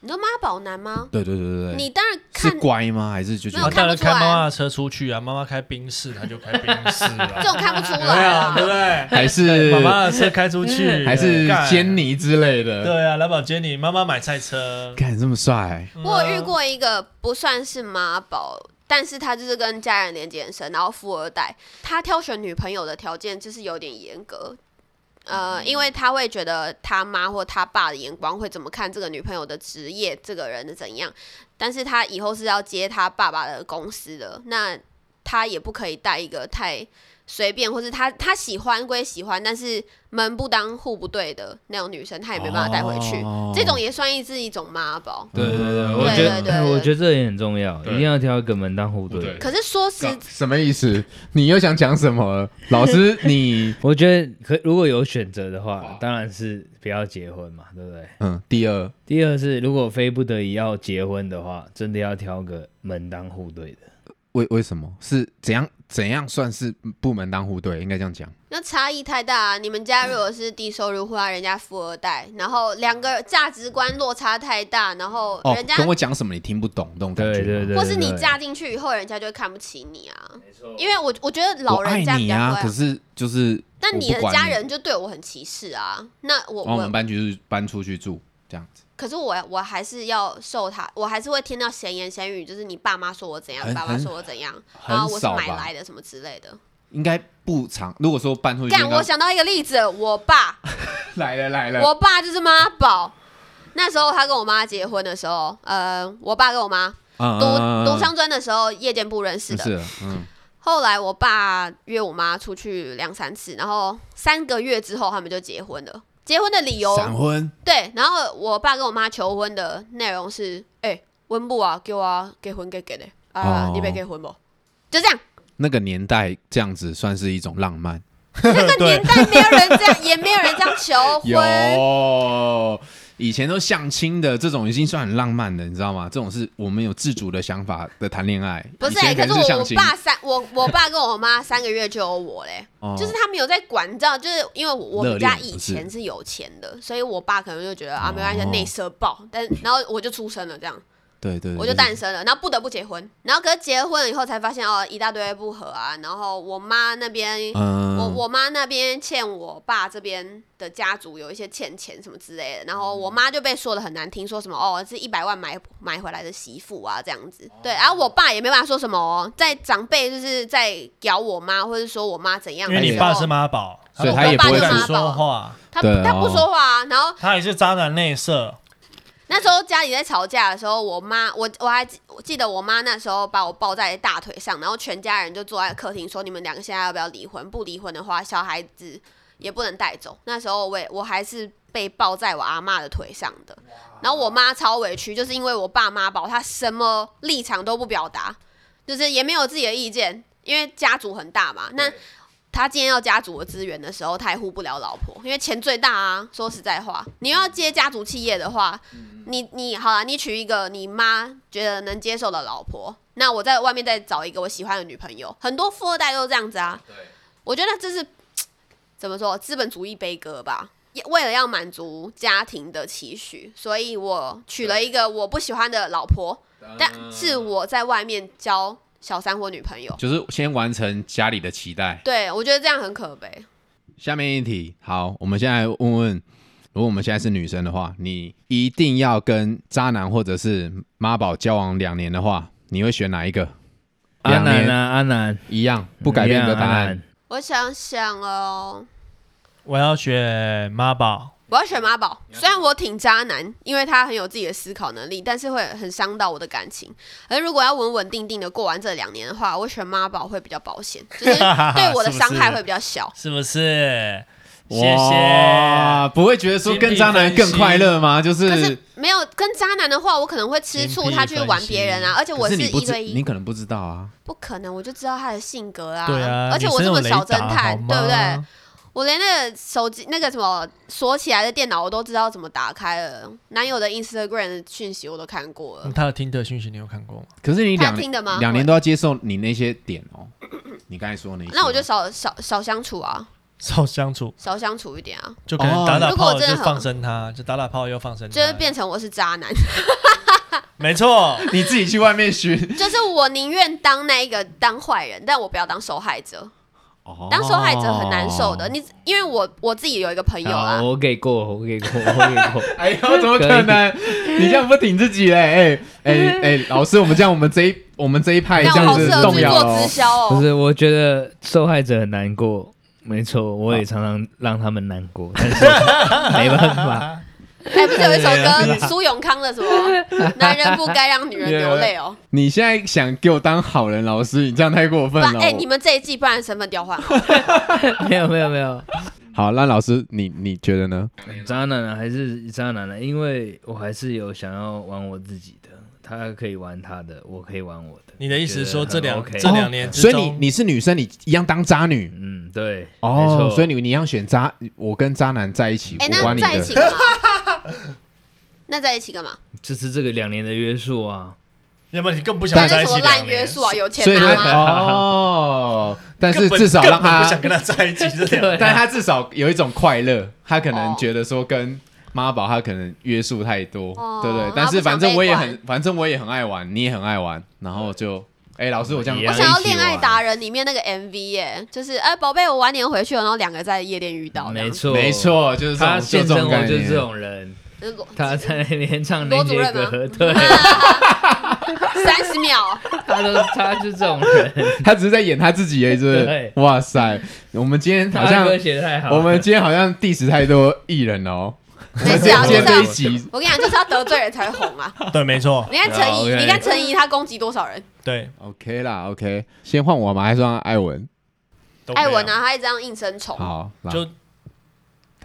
Speaker 4: 你说妈宝男吗？
Speaker 1: 对对对对
Speaker 4: 你
Speaker 1: 对，
Speaker 4: 当然
Speaker 1: 是
Speaker 4: 看
Speaker 1: 乖吗？还是就觉
Speaker 4: 没有
Speaker 1: 得
Speaker 2: 他当然
Speaker 4: 看不出来
Speaker 2: 开妈妈的车出去啊，妈妈开宾士，他就开宾士
Speaker 4: 这
Speaker 2: 啊，
Speaker 4: 种看不出
Speaker 2: 对
Speaker 4: 来
Speaker 2: 啊，
Speaker 4: 啊
Speaker 2: 对。不对？
Speaker 1: 还是
Speaker 2: 妈妈的车开出 去，
Speaker 1: 还是
Speaker 2: 干
Speaker 1: 坚尼之类的？
Speaker 2: 对啊，来宝接你，妈妈买菜车。
Speaker 1: 看这么帅，
Speaker 4: 我有遇过一个不算是妈宝，但是他就是跟家人连接很深，然后富二代，他挑选女朋友的条件就是有点严格。呃，因为他会觉得他妈或他爸的眼光会怎么看这个女朋友的职业，这个人的怎样，但是他以后是要接他爸爸的公司的，那他也不可以带一个太随便，或是他他喜欢归喜欢，但是门不当户不对的那种女生，他也没办法带回去，
Speaker 1: 哦
Speaker 4: 这种也算是一种妈宝。
Speaker 3: 对对对，我觉
Speaker 4: 对对对
Speaker 3: 得哎
Speaker 4: 对
Speaker 3: 我觉得这也很重要，
Speaker 1: 对
Speaker 3: 一定要挑一个门当户
Speaker 1: 对
Speaker 3: 对。
Speaker 4: 可是说实
Speaker 1: 什么意思？你又想讲什么了？老师，你
Speaker 3: 我觉得可如果有选择的话，当然是不要结婚嘛，对不对？
Speaker 1: 嗯，第二，
Speaker 3: 第二是，如果非不得已要结婚的话，真的要挑个门当户对的。
Speaker 1: 为为什么是怎样怎样算是部门当户对？应该这样讲。
Speaker 4: 那差异太大、啊，你们家如果是低收入户啊，人家富二代，然后两个价值观落差太大，然后
Speaker 1: 哦
Speaker 4: 人家、，
Speaker 1: 跟我讲什么你听不懂，那种感
Speaker 3: 对
Speaker 1: 觉。
Speaker 3: 对对对，
Speaker 4: 或是你
Speaker 3: 对
Speaker 4: 嫁进去以后，人家就会看不起你啊。因为我我觉得
Speaker 1: 我
Speaker 4: 老
Speaker 1: 爱
Speaker 4: 人家比
Speaker 1: 你
Speaker 4: 较
Speaker 1: 啊，
Speaker 4: 会
Speaker 1: 可是就是
Speaker 4: 但你
Speaker 1: 我
Speaker 4: 的
Speaker 1: 不管
Speaker 4: 家
Speaker 1: 你哦
Speaker 4: 人就对我很歧视啊。那我
Speaker 1: 然后我们
Speaker 4: 我，
Speaker 1: 搬去搬出去住这样子，
Speaker 4: 可是我我还是要受他，我还是会听到闲言闲语，就是你爸妈说我怎样，
Speaker 1: 很
Speaker 4: 爸妈
Speaker 1: 很
Speaker 4: 说我怎样，
Speaker 1: 很
Speaker 4: 然后我是
Speaker 1: 少
Speaker 4: 买
Speaker 1: 吧
Speaker 4: 来的什么之类的。
Speaker 1: 应该不长。如果说搬出去应
Speaker 4: 干，
Speaker 1: 该，
Speaker 4: 我想到一个例子，我爸，
Speaker 1: 来了来了，
Speaker 4: 我爸就是妈宝。那时候他跟我妈结婚的时候，呃，我爸跟我妈
Speaker 1: 嗯
Speaker 4: 读
Speaker 1: 嗯嗯
Speaker 4: 读
Speaker 1: 嗯
Speaker 4: 商专的时候，夜间部认识
Speaker 1: 是
Speaker 4: 的。
Speaker 1: 的，嗯，
Speaker 4: 后来我爸约我妈出去两三次，然后三个月之后他们就结婚了。结婚的理由
Speaker 1: 闪婚
Speaker 4: 对，然后我爸跟我妈求婚的内容是：哎、温布啊，给我啊，结婚给给的啊，
Speaker 1: 哦
Speaker 4: 你别结婚不？就 这样，
Speaker 1: 那个年代这样子算是一种浪漫。
Speaker 4: 那个年代没有人这样，也没有人这样求婚。
Speaker 1: 有，以前都相亲的这种已经算很浪漫的，你知道吗？这种是我们有自主的想法的谈恋爱。
Speaker 4: 不
Speaker 1: 以
Speaker 4: 是、
Speaker 1: 前
Speaker 4: 欸，可
Speaker 1: 能是
Speaker 4: 是我
Speaker 1: 相
Speaker 4: 我
Speaker 1: 亲，
Speaker 4: 爸三我我爸跟我妈三个月就有我嘞，
Speaker 1: 哦
Speaker 4: 就是他们有在管，你知道，就是因为我我
Speaker 1: 热
Speaker 4: 们
Speaker 1: 恋
Speaker 4: 家以
Speaker 1: 不是
Speaker 4: 前是有钱的，所以我爸可能就觉得啊没关系
Speaker 1: 哦，
Speaker 4: 内射爆，但然后我就出生了这样。
Speaker 1: 对对，对
Speaker 4: 我就诞
Speaker 1: 对
Speaker 4: 生了，然后不得不结婚，然后可是结婚了以后才发现哦，一大堆不和啊，然后我妈那边，
Speaker 1: 嗯
Speaker 4: 我我妈那边欠我爸这边的家族有一些欠钱什么之类的，然后
Speaker 1: 嗯
Speaker 4: 我妈就被说的很难听，说什么哦是一百万买买回来的媳妇啊这样
Speaker 1: 哦
Speaker 4: 子，对，然后我爸也没办法说什么、哦，在长辈就是在咬我妈，或者说我妈怎样
Speaker 2: 因
Speaker 4: 的时
Speaker 2: 为
Speaker 4: 候，
Speaker 2: 你爸是妈宝，
Speaker 1: 所以
Speaker 4: 他也不会
Speaker 2: 敢
Speaker 4: 去
Speaker 2: 说话，
Speaker 4: 他
Speaker 1: 对
Speaker 4: 他不
Speaker 1: 哦
Speaker 4: 说话、啊，然后
Speaker 2: 他也是渣男内射，
Speaker 4: 那时候家里在吵架的时候，我妈我我还记我记得我妈那时候把我抱在大腿上，然后全家人就坐在客厅说：“你们两个现在要不要离婚？不离婚的话，小孩子也不能带走。”那时候我也我还是被抱在我阿妈的腿上的，然后我妈超委屈，就是因为我爸妈宝，她什么立场都不表达，就是也没有自己的意见，因为家族很大嘛。那他今天要家族的资源的时候，他也护不了老婆，因为钱最大啊。说实在话，你要接家族企业的话，你你好啊啦，你娶一个你妈觉得能接受的老婆，那我在外面再找一个我喜欢的女朋友。很多富二代都是这样子啊。我觉得这是怎么说资本主义悲歌吧。也为了要满足家庭的期许，所以我娶了一个我不喜欢的老婆，但是我在外面交小三或女朋友。
Speaker 1: 就是先完成家里的期待。
Speaker 4: 对，我觉得这样很可悲。
Speaker 1: 下面一题，好，我们现在问问，如果我们现在是女生的话，你一定要跟渣男或者是妈宝交往两年的话，你会选哪一个？
Speaker 3: 阿
Speaker 1: 两
Speaker 3: 南
Speaker 1: 年
Speaker 3: 啊，阿南，
Speaker 1: 一样，不改变
Speaker 3: 一
Speaker 1: 的
Speaker 3: 样
Speaker 1: 答
Speaker 3: 阿
Speaker 1: 案
Speaker 3: 南。
Speaker 4: 我想想哦，
Speaker 2: 我要选妈宝。
Speaker 4: 我要选妈宝。虽然我挺渣男，因为他很有自己的思考能力，但是会很伤到我的感情。而如果要稳稳定定的过完这两年的话，我选妈宝会比较保险，就是对我的
Speaker 2: 是不是
Speaker 4: 伤害会比较小。
Speaker 2: 是不是？谢谢。
Speaker 1: 哇，不会觉得说跟渣男更快乐吗？就
Speaker 4: 可是
Speaker 1: 是，
Speaker 4: 没有跟渣男的话，我可能会吃醋
Speaker 2: 精辟
Speaker 4: 他去玩
Speaker 2: 分析
Speaker 4: 别人啊，而且我
Speaker 1: 可你不
Speaker 4: 一
Speaker 1: 知，
Speaker 4: 对
Speaker 1: 你
Speaker 4: 一，
Speaker 1: 可能不知道啊。
Speaker 4: 不可能，我就知道他的性格啊，
Speaker 2: 对啊，
Speaker 4: 而且
Speaker 2: 女
Speaker 4: 我
Speaker 2: 生
Speaker 4: 这
Speaker 2: 有
Speaker 4: 么
Speaker 2: 雷
Speaker 4: 小侦
Speaker 2: 达
Speaker 4: 探
Speaker 2: 好，吗
Speaker 4: 对不对？？我连那个手机那个什么锁起来的电脑，我都知道怎么打开了。男友的 Instagram 的讯息我都看过了
Speaker 2: 嗯。他有听的讯息，你有看过吗？
Speaker 1: 可是你两
Speaker 4: 他听的吗
Speaker 1: 两年都要接受你那些点哦。你刚才说那些，哦
Speaker 4: 那我就少少少相处啊，
Speaker 2: 少相处，
Speaker 4: 少相处一点啊，
Speaker 2: 就可
Speaker 1: 哦
Speaker 2: 能打打
Speaker 4: 如果我
Speaker 2: 炮
Speaker 4: 真
Speaker 2: 就
Speaker 4: 的很
Speaker 2: 放生他，就打打炮又放生他，
Speaker 4: 就是变成我是渣男，
Speaker 2: 没错。
Speaker 1: 你自己去外面寻。
Speaker 4: 就是我宁愿当那一个当坏人，但我不要当受害者。
Speaker 1: 哦
Speaker 4: 当受害者很难受的，。你因为我我自己有一个朋友
Speaker 3: 好，
Speaker 4: 啊
Speaker 1: 哦
Speaker 3: 我给过，我给过，我给 过。
Speaker 1: 哎呦，怎么可能？你这样不挺自己嘞？哎哎哎，老师，我们这样，我们这一我们这一派这
Speaker 4: 但我
Speaker 1: 样
Speaker 4: 好
Speaker 1: 子
Speaker 4: 适合
Speaker 1: 动
Speaker 4: 去
Speaker 1: 摇
Speaker 4: 做
Speaker 1: 哦
Speaker 4: 直。销
Speaker 3: 不
Speaker 4: 哦。
Speaker 3: 是，我觉得受害者很难过，没错，我也常常让他们难 过，但是没办法。
Speaker 4: 哎，不是有一首
Speaker 1: 啊
Speaker 4: 歌苏永康的 什么？男人不该让女人流泪哦。
Speaker 1: 你现在想给我当好人，老师，你这样太过
Speaker 4: 不
Speaker 1: 分
Speaker 4: 然
Speaker 1: 了。哦
Speaker 4: 哎，你们这一季不然身份调换好哦 了，
Speaker 3: 没有，没有，没有，
Speaker 1: 好，那老师，你你觉得呢？
Speaker 3: 渣男啊，还是渣男啊，因为我还是有想要玩我自己的，他可以玩他的，我可以玩我的。
Speaker 2: 你的意思是说
Speaker 3: 我觉
Speaker 2: 这
Speaker 3: 得
Speaker 2: 两
Speaker 3: 很 OK
Speaker 2: 这两年之
Speaker 1: 哦所
Speaker 2: 中
Speaker 1: 以你你是女生，你一样当渣女
Speaker 3: 嗯，对，没
Speaker 1: 哦
Speaker 3: 错。
Speaker 1: 所以你你要选渣，我跟渣男在一起，
Speaker 4: 哎，
Speaker 1: 我
Speaker 4: 那
Speaker 1: 管你
Speaker 4: 在一
Speaker 1: 的
Speaker 4: 起。干嘛？ 那在一起干嘛？
Speaker 3: 就是这个两年的约束啊，
Speaker 2: 要不然你更不想
Speaker 4: 那
Speaker 2: 在
Speaker 4: 是
Speaker 2: 一
Speaker 4: 什
Speaker 2: 起
Speaker 4: 么
Speaker 2: 两
Speaker 4: 烂约
Speaker 2: 年，
Speaker 4: 束啊？有钱
Speaker 1: 所以
Speaker 4: 拿
Speaker 1: 他
Speaker 4: 吗？
Speaker 1: 哦，但是
Speaker 2: 根本
Speaker 1: 至少让
Speaker 2: 根本
Speaker 1: 他
Speaker 2: 不，想跟他在一起，这两
Speaker 3: 对
Speaker 2: 年
Speaker 1: 但他至少有一种快乐，他可能
Speaker 4: 哦
Speaker 1: 觉得说跟妈宝他可能约束太多，
Speaker 4: 哦
Speaker 1: 对不对
Speaker 4: 他？
Speaker 1: 但是
Speaker 4: 不想
Speaker 1: 反正
Speaker 4: 被
Speaker 1: 我也
Speaker 4: 管
Speaker 1: 很，反正我也很爱玩，你也很爱玩，然后就哎，老师，我这样
Speaker 3: 一
Speaker 4: 我
Speaker 3: 样
Speaker 4: 想要《
Speaker 3: 一起
Speaker 4: 恋爱
Speaker 3: 玩
Speaker 4: 达人》里面那个 MV 耶，就是哎，宝贝，我晚点回去了，然后两个在夜店遇到，
Speaker 3: 没，错，
Speaker 1: 没，错，就是这
Speaker 3: 他
Speaker 1: 种
Speaker 3: 现
Speaker 1: 就
Speaker 3: 生
Speaker 1: 这种
Speaker 3: 活
Speaker 1: 概
Speaker 3: 就是这
Speaker 1: 念。
Speaker 3: 种人，
Speaker 4: 就是裸
Speaker 3: 他在那边唱那些
Speaker 4: 罗主啊
Speaker 3: 歌，对，
Speaker 4: 三十秒，
Speaker 3: 他都他是这种 人，
Speaker 1: 他只是在演他自己而已，是不是
Speaker 3: 对？
Speaker 1: 哇塞，我们今天好
Speaker 3: 他
Speaker 1: 像
Speaker 3: 歌写的太好了，
Speaker 1: 我们今天好像 diss 太多艺人了哦。
Speaker 4: 没
Speaker 1: 今
Speaker 4: 事啊，就
Speaker 1: 天
Speaker 4: 是
Speaker 1: 这一
Speaker 4: 要
Speaker 1: 集
Speaker 4: 我跟你讲，就是要得罪人才会红啊！
Speaker 2: 对，没错，
Speaker 4: 你看陈
Speaker 3: 好
Speaker 4: 怡，
Speaker 3: ，OK
Speaker 4: 你看陈怡，他攻击多少人？
Speaker 2: 对，
Speaker 1: OK 啦，OK，先换我吗？还是让艾文？
Speaker 2: 都
Speaker 4: 艾
Speaker 2: 没有
Speaker 4: 文啊，他一直这样应声虫，
Speaker 1: 好，来
Speaker 2: 就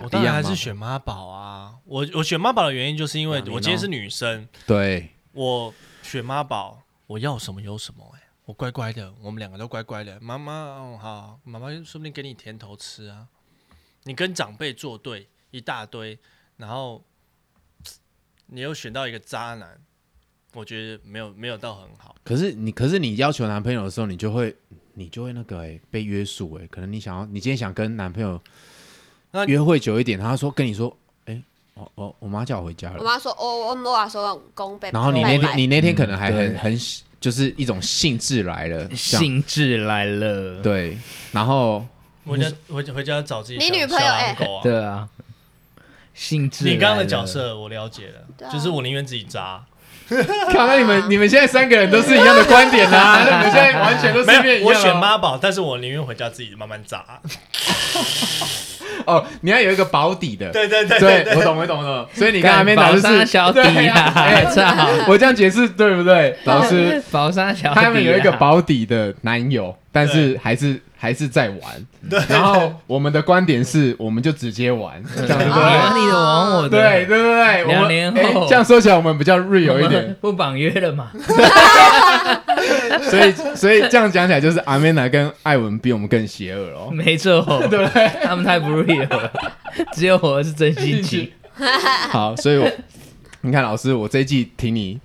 Speaker 2: 我当然还是选妈宝啊。我我选妈宝的原因就是因为
Speaker 1: 啊你呢
Speaker 2: 我今天是女生，
Speaker 1: 对，
Speaker 2: 我选妈宝，我要什么有什么、欸。我乖乖的，我们两个都乖乖的。妈妈、哦好，妈妈说不定给你甜头吃啊。你跟长辈作对一大堆，然后嘖你又选到一个渣男，我觉得没有没有到很好。
Speaker 1: 可是你，可是你要求男朋友的时候，你就会，你就会那个哎、被约束哎、可能你想要，你今天想跟男朋友
Speaker 2: 那
Speaker 1: 约会久一点，他说跟你说，哎、我我我妈叫我回家
Speaker 4: 我
Speaker 1: 了，
Speaker 4: 妈说，哦，我诺娃说公被，
Speaker 1: 然后你那
Speaker 4: 拜拜
Speaker 1: 天你那天可能还很、
Speaker 3: 嗯对
Speaker 1: 很就是一种兴致来了，这样
Speaker 3: 兴致来了，
Speaker 1: 对，然后
Speaker 2: 回家回回家找自己
Speaker 4: 你
Speaker 2: 想
Speaker 4: 女朋友
Speaker 2: 小狼
Speaker 4: 哎
Speaker 2: 狗啊。
Speaker 3: 对啊，兴致来了，
Speaker 2: 你刚刚的角色我了解了，
Speaker 4: 啊
Speaker 2: 就是我宁愿自己渣。
Speaker 1: 看来你们你们现在三个人都是一样的观点 啦、那你们现在完全都是
Speaker 2: 没
Speaker 1: 一面一样
Speaker 2: 有，我
Speaker 1: 啊
Speaker 2: 选妈宝，但是我宁愿回家自己慢慢砸。
Speaker 1: 哦，你要有一个保底的，
Speaker 2: 对 对对
Speaker 1: 对
Speaker 2: 对对
Speaker 1: 我懂我懂我懂，所以你
Speaker 3: 你
Speaker 1: 刚才没打就
Speaker 3: 沙
Speaker 1: 是
Speaker 3: 小弟
Speaker 1: 对
Speaker 3: 啊，
Speaker 1: 哎
Speaker 3: 操，
Speaker 1: 我这样解释对不对， 老师？
Speaker 3: 宝沙小弟啊，
Speaker 1: 他们有一个保底的男友，但是还是还是在玩。然后我们的观点是，我们就直接玩，这样对不
Speaker 4: 啊
Speaker 1: 对？
Speaker 3: 你玩你的玩我的，
Speaker 1: 对对对对，我
Speaker 3: 两
Speaker 1: 们
Speaker 3: 年
Speaker 1: 哎
Speaker 3: 后
Speaker 1: 这样说起来我们比较 real 一 点，
Speaker 3: 不绑约了嘛？
Speaker 1: 所以所以这样讲起来就是阿美娜跟艾文比我们更邪恶哦。
Speaker 3: 没错， 对 他们太不 real 了，只有我是真心情。
Speaker 1: 好，所以我你看老师，我这一季挺你，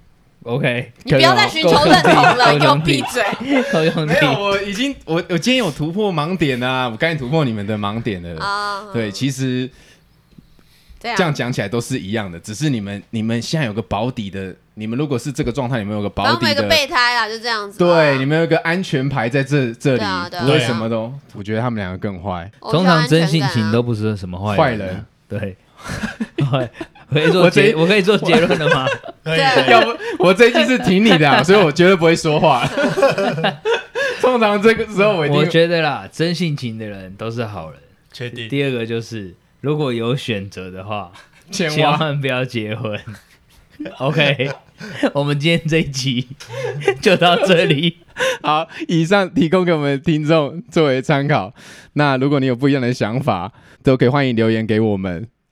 Speaker 3: OK，
Speaker 4: 你不要再寻求认同了，
Speaker 3: 够
Speaker 4: 给我
Speaker 3: 用力
Speaker 4: 闭嘴！
Speaker 3: 高用 力
Speaker 1: 没，有，我已经我我今天有突破盲点啊，我刚才突破你们的盲点了。
Speaker 4: 啊，
Speaker 1: 对，其实
Speaker 4: 这样
Speaker 1: 这样讲起来都是一样的，只是你们你们现在有个保底的，你们如果是这个状态，你们有个
Speaker 4: 然
Speaker 1: 保
Speaker 4: 后我们
Speaker 1: 底
Speaker 4: 有个
Speaker 1: 的，
Speaker 4: 备胎啦，就这样子吧。啊
Speaker 1: 对，你们有个安全牌在这这里
Speaker 4: 对啊对，啊
Speaker 1: 不会
Speaker 2: 对啊
Speaker 1: 什么都。我觉得他们两个更坏，
Speaker 4: 我
Speaker 3: 通
Speaker 4: 需要安
Speaker 3: 常
Speaker 4: 全
Speaker 3: 真性情
Speaker 4: 感啊
Speaker 3: 都不是什么
Speaker 1: 坏
Speaker 3: 坏
Speaker 1: 人
Speaker 3: 人，对。 坏我可以做
Speaker 1: 我
Speaker 3: 结，
Speaker 1: 这
Speaker 3: 我可以做结论了吗？
Speaker 2: 可以
Speaker 4: 对
Speaker 2: 可以
Speaker 1: 要不我这一季是挺你的啊，所以我绝对不会说 话。通常这个时 候我一
Speaker 3: 我
Speaker 1: 定
Speaker 3: 觉得啦，真性情的人都是好人。
Speaker 2: 确定。
Speaker 3: 第二个就是，如果有选择的话，
Speaker 1: 千
Speaker 3: 千
Speaker 1: 万
Speaker 3: 万不要结 婚。OK，我们今天这一集就到这 里。
Speaker 1: 好，以上提供给我们的听众作为参考。那如果你有不一样的想法，都可以欢迎留言给我们。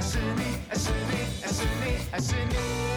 Speaker 5: see me, I see me, I see me, I see me.